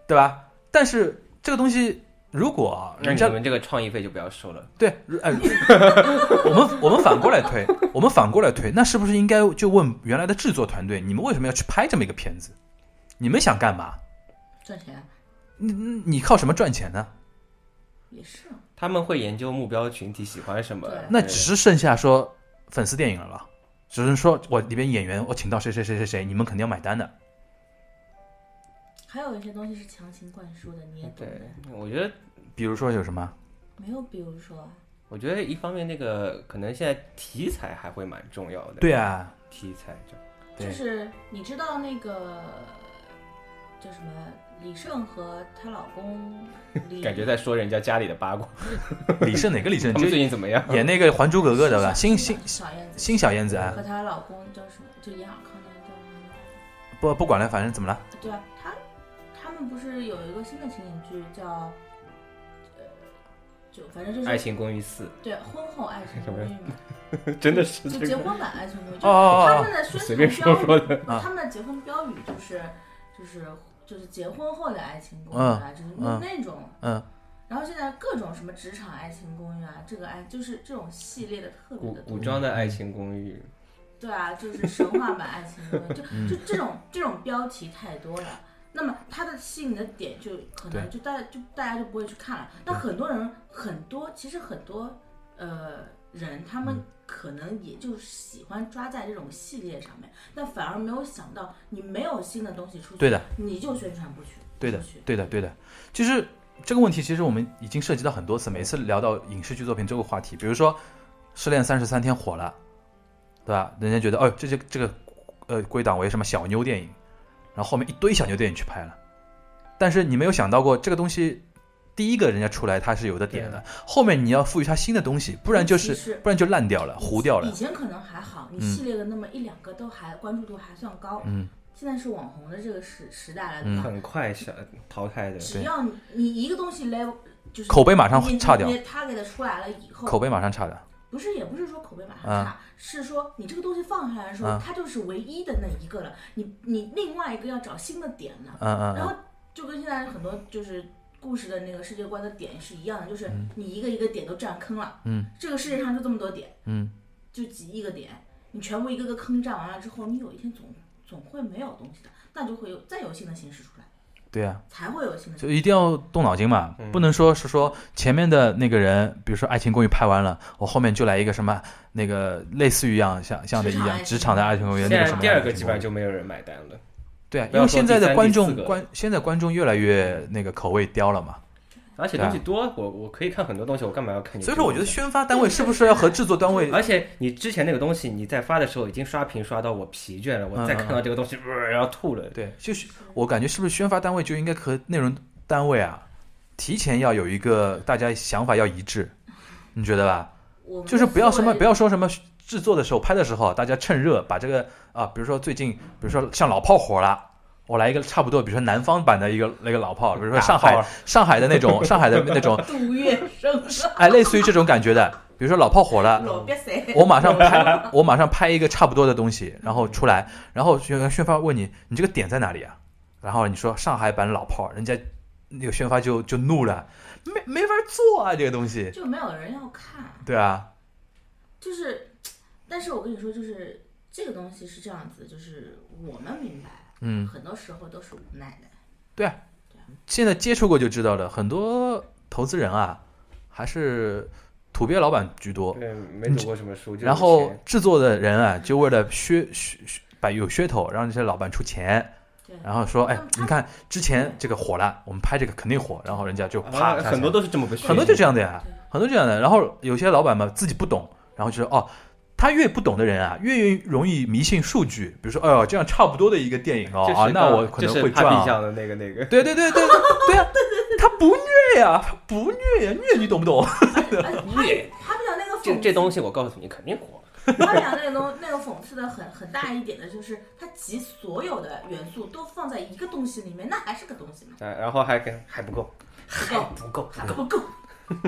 S1: 对吧？但是这个东西，如果
S2: 那
S1: 人
S2: 你
S1: 家
S2: 们这个创意费就不要收了。
S1: 对，呃， 我们我们反过来推，我们反过来推，那是不是应该就问原来的制作团队，你们为什么要去拍这么一个片子？你们想干嘛？
S3: 赚钱
S1: 你你你靠什么赚钱呢？
S3: 也是，啊
S2: 他们会研究目标群体喜欢什么
S3: 对，
S1: 那
S2: 对
S1: 只剩下说粉丝电影了吧？只是说我里边演员，我请到谁谁谁谁谁，你们肯定要买单的。
S3: 还有一些东西是强行灌输的，你也懂
S2: 对
S3: 的。，
S2: 我觉得，
S1: 比如说有什么？
S3: 没有，比如说啊，
S2: 我觉得一方面那个可能现在题材还会蛮重要的。
S1: 对，啊，
S2: 题材就
S1: 对
S3: 就是你知道那个叫什么李晟和她老公李，
S2: 感觉在说人家家里的八卦，
S1: 李晟哪个李晟？
S2: 他
S1: 就
S2: 们最近怎么样？
S1: 演那个《还珠格格》的吧？
S3: 新
S1: 新新
S3: 小燕子
S1: 新小燕子啊，
S3: 和她老公叫什么？就演尔康那个叫什么？
S1: 不不管了，反正怎么了？
S3: 对啊，他他们不是有一个新的情景剧叫，呃，就反正就
S2: 《爱
S3: 是
S2: 情公寓四
S3: 对婚后爱情公寓嘛，》
S2: 真的是
S3: 就
S2: 这
S3: 结
S2: 个，
S3: 婚版爱情公寓，
S1: 哦哦
S3: 就
S1: 哦
S3: 他们的
S2: 随
S3: 宣
S2: 便说
S3: 传标
S2: 说
S3: 语，
S2: 的。
S3: 不
S1: 啊
S3: 他们的结婚标语就是就是就是结婚后的爱情公寓
S1: 嗯
S3: 啊，就是那
S1: 嗯
S3: 那种。
S1: 嗯，
S3: 然后现在各种什么职场爱情公寓啊，这个爱就是这种系列的特别
S2: 古
S3: 的多
S2: 古，装的爱情公寓，
S3: 对啊，就是神话版爱情公寓，就
S1: 嗯
S3: 就这种这种标题太多了。那么它的吸引的点就可能就大家就大家就不会去看了。那很多人很多其实很多呃人他
S1: 嗯
S3: 们可能也就喜欢抓在这种系列上面，但反而没有想到你没有新的东西出去，
S1: 对的，
S3: 你就宣传不去，
S1: 对的
S3: 出去，
S1: 对的，对的。其实这个问题，其实我们已经涉及到很多次，每次聊到影视剧作品这个话题，比如说《失恋三十三天》火了，对吧？人家觉得，哦，这这这个呃归档为什么小妞电影，然后后面一堆小妞电影去拍了，但是你没有想到过这个东西。第一个人家出来，它是有的点的，后面你要赋予它新的东西，不然就
S3: 尤
S1: 是
S3: 其是
S1: 不然就烂掉了，糊掉
S3: 以
S1: 了。
S3: 前可能还好，你
S1: 嗯
S3: 系列的那么一两个都还关注度还算高，
S1: 嗯，
S3: 现在是网红的这个时时代了，对
S1: 嗯
S3: 吧？
S2: 很快小淘汰的。
S3: 只要你你一个东西 level 就是
S1: 口碑马上差掉，
S3: 他给它出来了以后，
S1: 口碑马上差掉。
S3: 不是也不是说口碑马上
S1: 啊
S3: 差，是说你这个东西放下来的时候，
S1: 啊
S3: 它就是唯一的那一个了，你你另外一个要找新的点了，
S1: 嗯嗯
S3: 然
S1: 嗯
S3: 后就跟现在很多就是。故事的那个世界观的点是一样的，就是你一个一个点都占坑了。
S1: 嗯，
S3: 这个世界上就这么多点，
S1: 嗯，
S3: 就几亿个点，你全部一个个坑占完了之后，你有一天总总会没有东西的，那就会有再有新的形式出来，
S1: 对呀、
S3: 才会有新的。
S1: 就一定要动脑筋嘛，
S2: 嗯
S1: 不能说是说前面的那个人，比如说《爱情公寓》拍完了，我后面就来一个什么那个类似于一样像像的一样职
S3: 职
S1: 场
S3: 场
S1: 的
S3: 的
S1: 《爱
S3: 爱
S1: 情
S3: 情
S1: 公
S3: 公
S1: 寓
S3: 寓》
S2: 现
S1: 那个
S2: 在
S1: 什么
S2: 第二个
S1: 爱
S2: 基
S1: 情
S2: 本
S1: 公寓
S2: 上就没有人买单了，
S1: 对啊，因
S2: 不要
S1: 为
S2: 说
S1: 现在
S2: 第
S1: 的
S2: 三
S1: 观
S2: 第
S1: 众
S2: 四个
S1: 观现在观众越来越那个口味刁了嘛，
S2: 而且东西多，我我可以看很多东西，我干嘛要看你这
S1: 啊所以
S2: 个东西？
S1: 说我觉得宣发单位是不是要和制作单位
S2: 而且你之前那个东西，你在发的时候已经刷屏刷到我疲倦了，我
S1: 嗯
S2: 再看到这个东西，呃然后吐了。
S1: 对，就是我感觉是不是宣发单位就应该和内容单位啊，提前要有一个大家想法要一致，你觉得吧？
S3: 我们
S1: 就是不要
S3: 作
S1: 什么
S3: 为
S1: 不要说什么制作的时候拍的时候，大家趁热把这个啊，比如说最近，比如说像老炮火了。我来一个差不多，比如说南方版的一个那个老炮，比如说上
S2: 打
S1: 海
S2: 炮
S1: 上海的那 种上海的那种，
S3: 杜月笙
S1: 哎，类似于这种感觉的，比如说老炮火了，
S3: 老别谁，
S1: 我马上拍我马上拍一个差不多的东西，然后出来，然后宣宣发问你，你这个点在哪里啊？然后你说上海版老炮，人家那个宣发就就怒了，没没法做啊，这个东西，
S3: 就没有人要看。
S1: 对啊，
S3: 就是，但是我跟你说，就是这个东西是这样子，就是我们明白，
S1: 嗯，
S3: 很多时候都是无奈 的。
S1: 现在接触过就知道了，很多投资人啊，还是土鳖老板居多，
S2: 对，呃没读过什么书，就是
S1: 然后
S2: 钱
S1: 制作的人啊，就为了噱噱噱把有噱头，让这些老板出钱，
S3: 对，
S1: 然后说，哎
S3: 嗯，他
S1: 你看之前这个火了，我们拍这个肯定火，然后人家就
S2: 啊
S1: 啪下去，
S2: 很多都是这么个
S1: 很多就这
S2: 样。
S1: 样的呀，很多这样的。然后有些老板嘛自己不懂，然后就说哦。他越不懂的人啊，越容易迷信数据。比如说，哎呦，这样差不多的一个电影哦，
S2: 就是
S1: 啊，那
S2: 刚
S1: 我可
S2: 就
S1: 能
S2: 是
S1: 会
S2: 帕
S1: 赚、啊
S2: 比。酱的那个那个，
S1: 对对对对 对呀、啊，他不虐呀、他不虐呀、虐你懂不懂？
S3: 而且他也他比较那个
S2: 哎这
S3: 讽
S2: 这
S3: 刺，
S2: 东西我告诉你肯定火。
S3: 他比较那个东那个讽刺的很很大一点的就是，他集所有的元素都放在一个东西里面，那还是个东西吗？
S2: 啊，然后还跟还不够，还不够，
S3: 还不够，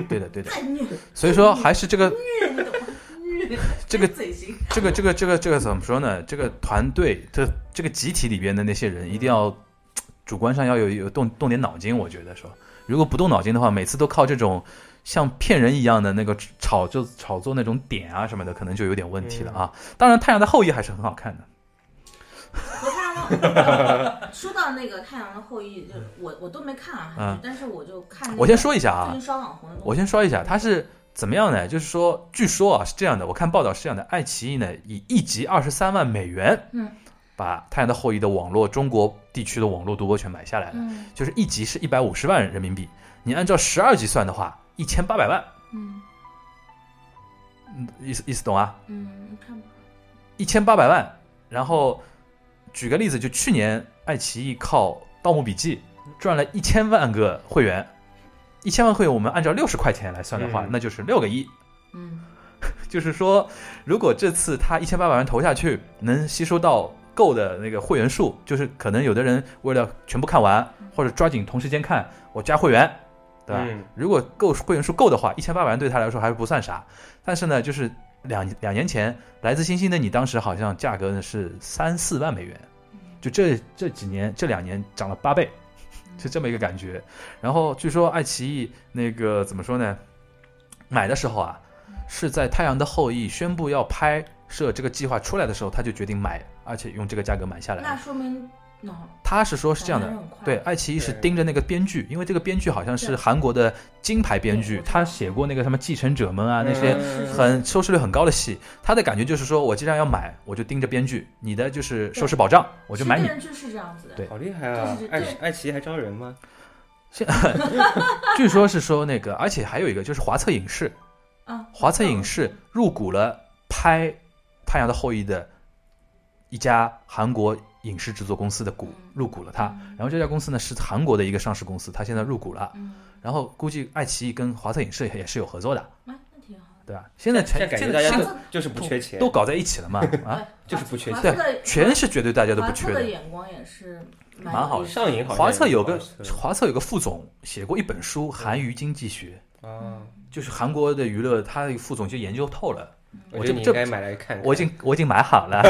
S1: 对的，对的。
S3: 再虐
S1: 所以说，还是这 个
S3: 虐，你懂吗？虐
S1: 这个
S3: 真嘴型，
S1: 这个这个这个这个怎么说呢？这个团队这这个集体里边的那些人，一定要主观上要有有动动点脑筋。我觉得说，如果不动脑筋的话，每次都靠这种像骗人一样的那个炒就炒作那种点啊什么的，可能就有点问题了啊。当然，《太阳的后裔》还是很好看的。
S3: 我太 阳的，啊说到那个太阳的后裔，就我我都没看啊，
S1: 嗯
S3: 但是我就看那个
S1: 我先说一下啊
S3: 最，近刷网红的东西，
S1: 我先说一下，它是怎么样呢？就是说，据说啊是这样的，我看报道是这样的，爱奇艺呢以一集二十三万美元，
S3: 嗯，
S1: 把《太阳的后裔》的网络中国地区的网络独播权买下来了，
S3: 嗯
S1: 就是一集是一百五十万人民币，你按照十二集算的话，一千八百万，
S3: 嗯
S1: 嗯意思意思懂啊？
S3: 嗯，看
S1: 一千八百万。然后举个例子，就去年爱奇艺靠《盗墓笔记》赚了一千万个会员，一千万会员我们按照六十块钱来算的话，
S2: 嗯
S1: 那就是六个亿。
S3: 嗯
S1: 就是说，如果这次他一千八百万投下去，能吸收到够的那个会员数，就是可能有的人为了全部看完，或者抓紧同时间看，我加会员，对啊吧？
S2: 嗯
S1: 如果够会员数够的话，一千八百万对他来说还是不算啥。但是呢，就是两两年前，来自星星的你当时好像价格呢是三四万美元，就这这几年这两年涨了八倍， 是这么一个感觉。然后据说爱奇艺那个怎么说呢，买的时候啊，是在《太阳的后裔》宣布要拍摄这个计划出来的时候，他就决定买，而且用这个价格买下来
S3: 那嗯
S1: 了。
S3: 说明那
S1: 他是说是这样的，
S3: 反应很快
S1: 对，爱奇艺是
S2: 对
S1: 盯着那个编剧，因为这个编剧好像是
S3: 对
S1: 韩国的金牌编
S3: 对
S1: 剧
S3: 我，知道
S1: 他写过那个什么《继承者们》啊那些
S3: 嗯是是
S1: 很收视率很高的戏。他的感觉就是说，我既然要买，我就盯着编剧，你的就是收视保障，我就买你。
S3: 电视剧是这样子的，
S1: 对
S2: 好厉害啊
S3: 就是！这
S2: 爱爱奇艺还招人吗？
S1: 据说是说那个，而且还有一个就是华策影视，
S3: 啊，
S1: 华策影视入股了拍《太阳的后裔》的一家韩国影视制作公司的股，
S3: 嗯
S1: 入股了它。然后这家公司呢是韩国的一个上市公司，它现在入股了。
S3: 嗯，哎
S1: 然后估计爱奇艺跟华策影视也是有合作的，
S3: 那那挺好的。
S1: 对吧？现在
S2: 现在
S1: 全
S2: 感觉
S1: 现
S2: 大
S1: 在
S2: 家
S1: 现
S3: 这
S1: 在
S3: 个
S2: 都就是不缺钱，
S1: 都搞在一起了 嘛，啊，
S2: 就是不缺钱
S1: 对
S3: 华策的
S1: 全是绝对大家都
S3: 华
S1: 不
S3: 策
S1: 缺
S3: 的
S1: 的。
S3: 眼光也是
S1: 蛮好
S3: 有
S1: 的
S3: 意思
S2: 上瘾好像
S1: 华策有个
S2: 也是
S1: 华策有个副总写过一本书《韩娱经济学
S2: 啊，》，
S1: 就是韩国的娱乐，他的副总就研究透了。我
S2: 我
S1: 这
S2: 觉得你
S1: 这
S2: 应该买来看看。
S1: 我已经我已经买好了，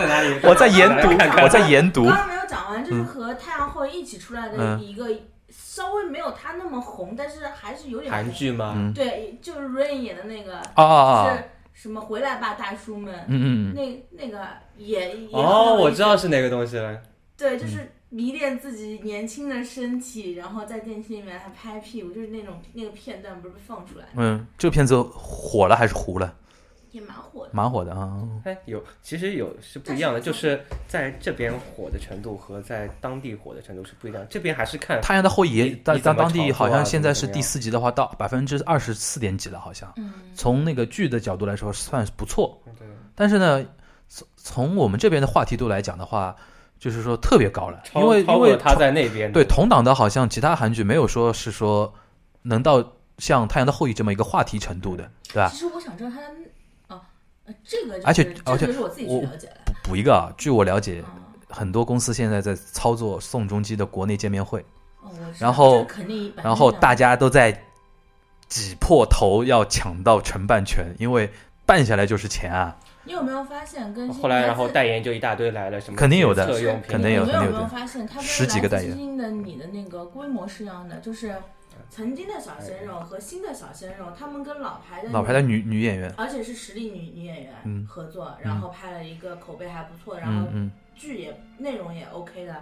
S2: 在哪里？
S1: 我在研读
S2: 买来看，看
S1: 我在研读
S3: 刚。刚没有讲完，就是
S1: 嗯
S3: 和太阳后裔一起出来的
S1: 嗯
S3: 一个稍微没有他那么红，但是还是有点
S2: 韩
S3: 红。
S2: 剧吗？
S1: 嗯，
S3: 对，就是 Rain 演的那个，
S1: 啊啊啊！
S3: 是什么回来吧，大叔们，
S1: 嗯嗯嗯，
S3: 那那个也也
S2: 哦，
S3: 很有
S2: 我
S3: 意思
S2: 知道是哪个东西了。
S3: 对，
S1: 嗯
S3: 就是迷恋自己年轻的身体，然后在电梯里面还拍屁股，就是那种那个片段不是被放出来，
S1: 嗯，这个片子火了还是糊了？
S3: 也蛮火的。
S1: 蛮火的啊。
S2: 哎，有，其实有是不一样的，就是在这边火的程度和在当地火的程度是不一样。这边还是看
S1: 《太阳的后裔
S2: 你》
S1: 当
S2: 你怎
S1: 当
S2: 么
S1: 当地
S2: 炒作
S1: 好
S2: 啊
S1: 像现在是
S2: 怎么
S1: 第
S2: 样
S1: 四集的话，到百分之二十四点几了，好像。
S3: 嗯，
S1: 从那个剧的角度来说算是不错，
S2: 对
S1: 但是呢，从从我们这边的话题度来讲的话，就是说特别高了，
S2: 超
S1: 因为
S2: 超
S1: 因
S2: 过
S1: 为
S2: 他
S1: 同
S2: 在那边
S1: 对同档的好像其他韩剧没有说是说能到像《太阳的后裔》这么一个话题程度
S2: 嗯
S1: 的，对吧？
S3: 其实我想知道他哦，呃这个就是
S1: 而且
S3: 这
S1: 而
S3: 个
S1: 且
S3: 就是我自己去
S1: 我
S3: 了解的。
S1: 补一个啊，据我了解，
S3: 啊
S1: 很多公司现在在操作宋仲基的国内见面会，
S3: 哦，我知道
S1: 然后
S3: 这肯定百分之百，
S1: 然后大家都在挤破头要抢到承办权，因为办下来就是钱啊。
S3: 你有没有发现跟
S2: 后来然后
S3: 带
S2: 代言就一大堆来了，什么
S1: 肯定有的
S2: 测用品
S1: 肯定有
S3: 你
S1: 肯
S3: 们
S1: 定有
S3: 有没有
S1: 的
S3: 发现，它跟
S1: 十几个代言
S3: 来自星星的你的那个规模是一样的，就是曾经的小鲜肉和新的小鲜肉，他们跟老牌的
S1: 老牌的女女演员，
S3: 而且是实力女女演员
S1: 嗯
S3: 合作，
S1: 嗯
S3: 然后拍了一个口碑还不错，然
S1: 嗯
S3: 后
S1: 嗯。
S3: 剧也内容也 OK 的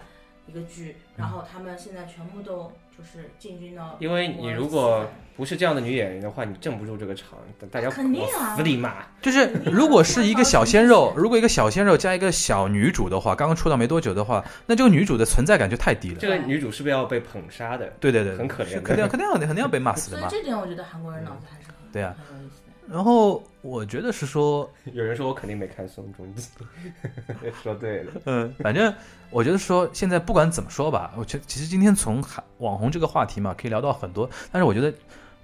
S3: 一个剧，然后他们现在全部都就是进军到
S2: 因为你如果不是这样的女演员的话，你挣不住这个场，大家
S3: 肯定啊
S2: 往死里骂。
S1: 就是如果是一个小鲜肉，如果一个小鲜肉加一个小女主的话，刚刚出道没多久的话，那这个女主的存在感就太低了
S3: 啊
S2: 这。个女主是不是要被捧杀的？
S1: 对对对，
S2: 很可怜
S1: 是肯定要肯定要肯定要被骂死
S3: 所
S1: 的
S3: 以
S1: 嘛。
S3: 这点我觉得韩国人脑子还是很
S1: 对啊
S3: 很有意思的。
S1: 然后我觉得是说，
S2: 有人说我肯定没看宋仲基， 说对了，
S1: 嗯，反正我觉得说现在不管怎么说吧，我觉得其实今天从韩网红这个话题嘛，可以聊到很多，但是我觉得。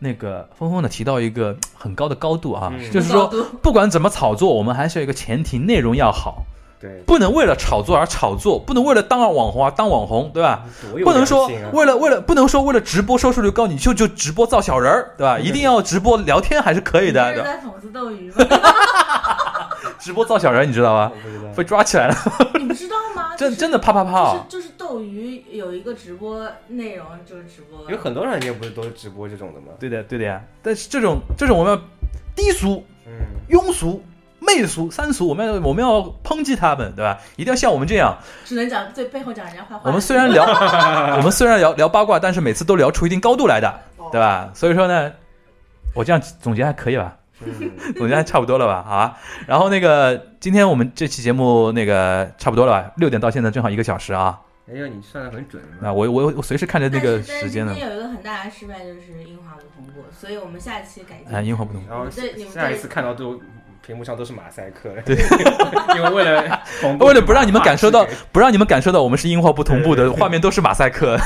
S1: 那个峰峰呢提到一个很高的高度啊，
S2: 嗯
S1: 就是说
S3: 高度
S1: 不管怎么炒作，我们还是有一个前提，内容要好。
S2: 对，
S1: 不能为了炒作而炒作，不能为了当网红而当网红，对吧？
S2: 多有
S1: 不能说
S2: 良心啊
S1: 为了为了不能说为了直播收视率高，你就就直播造小人儿，对吧？
S2: 对
S1: 一定要直播聊天还是可以的，
S3: 你
S1: 对
S3: 这是
S1: 吧？
S3: 在讽刺斗鱼吗？
S1: 直播造小人，你知道
S2: 我
S1: 吗？
S2: 不知道
S1: 被抓起 来了，
S3: 你不知道吗？
S1: 真
S3: 就是
S1: 真的啪啪啪
S3: 就是
S1: 啊！
S3: 就是斗鱼有一个直播内容，就是直播
S2: 有很多人也不是都是直播这种的吗？
S1: 对的对的呀，但是这种这种我们要低俗、
S2: 嗯，
S1: 庸俗、媚俗、三俗，我们要我们要抨击他们，对吧？一定要像我们这样。
S3: 只能讲最背后讲人家坏话。
S1: 我们虽然 聊我们虽然聊聊八卦，但是每次都聊出一定高度来的，
S3: 哦
S1: 对吧？所以说呢，我这样总结还可以吧？
S2: 嗯
S1: 总结还差不多了吧？好啊，然后那个今天我们这期节目那个差不多了吧？六点到现在正好一个小时啊。
S2: 哎呀，你算的很准嘛
S1: 那我我我随时看着那个
S3: 但是但是
S1: 时间呢
S3: 今，天有一个很大的失败，就是樱花不通过，所以我们下期改进。
S1: 哎，英华不懂。
S2: 然后
S3: 你们对你们
S2: 下一
S3: 对
S2: 次看到都屏幕上都是马赛克了，对， 因为为了同步
S1: 为了不让你们感受到
S2: 马是，
S1: 不让你们感受到我们是英华不同步
S2: 对
S1: 的
S2: 对对
S1: 画面都是马赛克，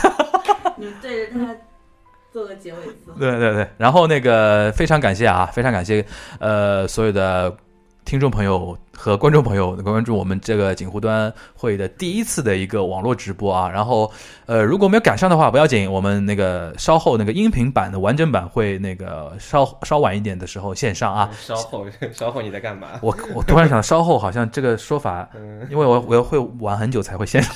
S3: 你们对着他做个结尾词。
S1: 对对对。然后那个非常感谢啊，非常感谢呃所有的听众朋友和观众朋友关注我们这个锦湖端会的第一次的一个网络直播啊。然后呃如果没有赶上的话不要紧，我们那个稍后那个音频版的完整版会那个稍稍晚一点的时候线上 啊。
S2: 稍后稍后你在干嘛？
S1: 我我突然想，稍后好像这个说法
S2: 嗯，
S1: 因为我我要会玩很久才会线上，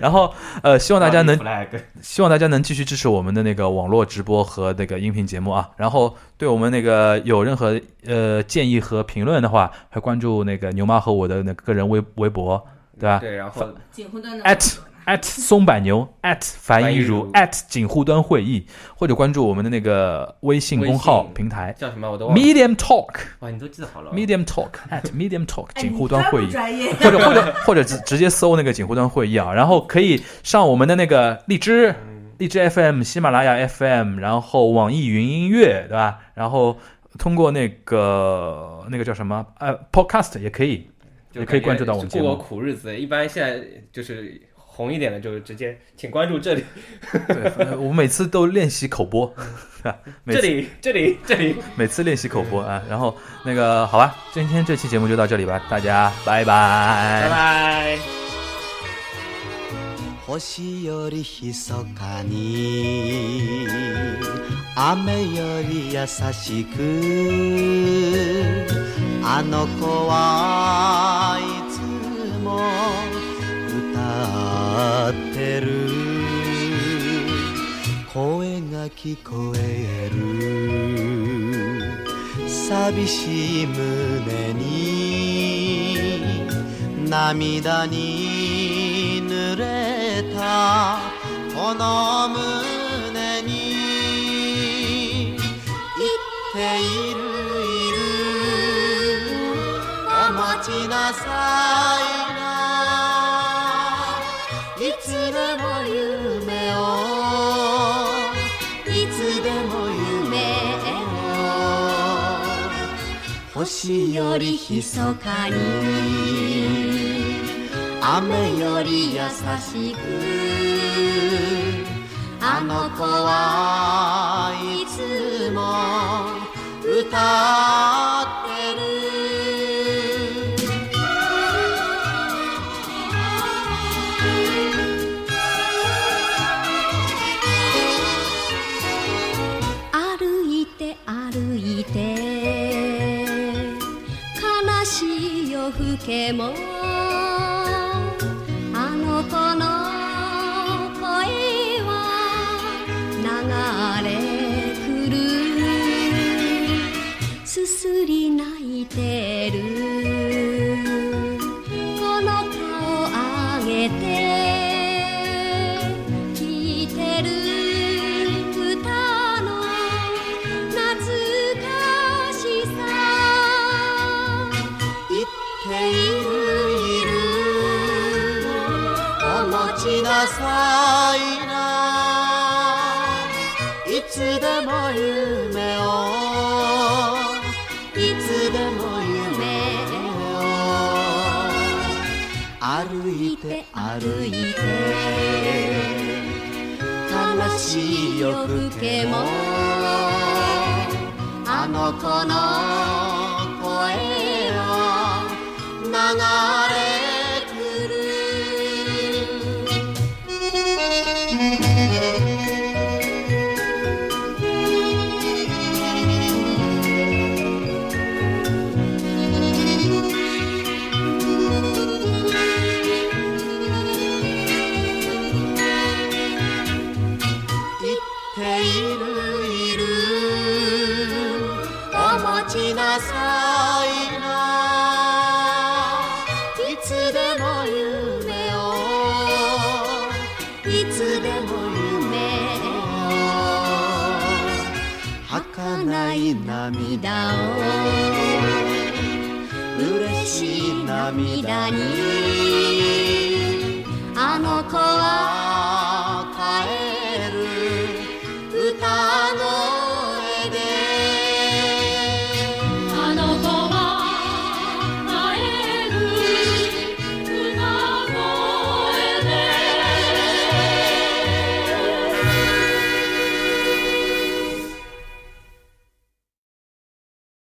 S1: 然后呃，希望大家能
S2: flag
S1: 希望大家能继续支持我们的那个网络直播和那个音频节目啊。然后对我们那个有任何呃建议和评论的话，还关注那个牛妈和我的那个个人微微博，对吧
S2: 对，然后
S3: 锦湖端的
S1: at at 松柏牛 at 樊一如 at 锦户端会议，或者关注我们的那个微信公号
S2: 微信
S1: 平台
S2: 叫什么我都忘了，
S1: Medium Talk
S2: 哇，你都记得好了哦
S1: Medium Talk at Medium Talk
S3: 哎
S1: 锦户端会
S3: 你
S1: 议。
S3: 专不专业？
S1: 或者或者或者直直接搜那个锦湖端会议啊，然后可以上我们的那个荔枝、
S2: 嗯
S1: 荔枝 FM、喜马拉雅 FM，然后网易云音乐，对吧？然后通过那个那个叫什么呃 Podcast 也可以，
S2: 就
S1: 也可以
S2: 感
S1: 关注
S2: 觉
S1: 到我们节
S2: 过过
S1: 目
S2: 苦日子，一般现在就是红一点的，就是直接请关注这里，
S1: 对，呃我每次都练习口播，每
S2: 这
S1: 次
S2: 里，这里，这里，
S1: 每次练习口播啊。然后那个好吧，今天这期节目就到这里吧，大家拜拜
S2: 拜拜。
S4: 星よりひそかに雨より優しくあの子はいつも歌ってる声が聞こえる寂しい胸に涙に濡れたこの胸に言っているいるお待ちなさいないつでも夢をいつでも夢を星よりひそかに雨より優しくあの子はいつも歌ってる
S5: 歩いて歩いて悲しい夜更けもあの子の声は流れ来るすすり泣いてるこの顔あげて聞いてる歌の懐かしさ
S4: 言っているいるお持ちなさいないつでも夢をいつでも夢を歩いて歩いて悲しい夜更けもあの子の声を流れ
S5: かい涙を嬉しい涙にあの子は
S4: あ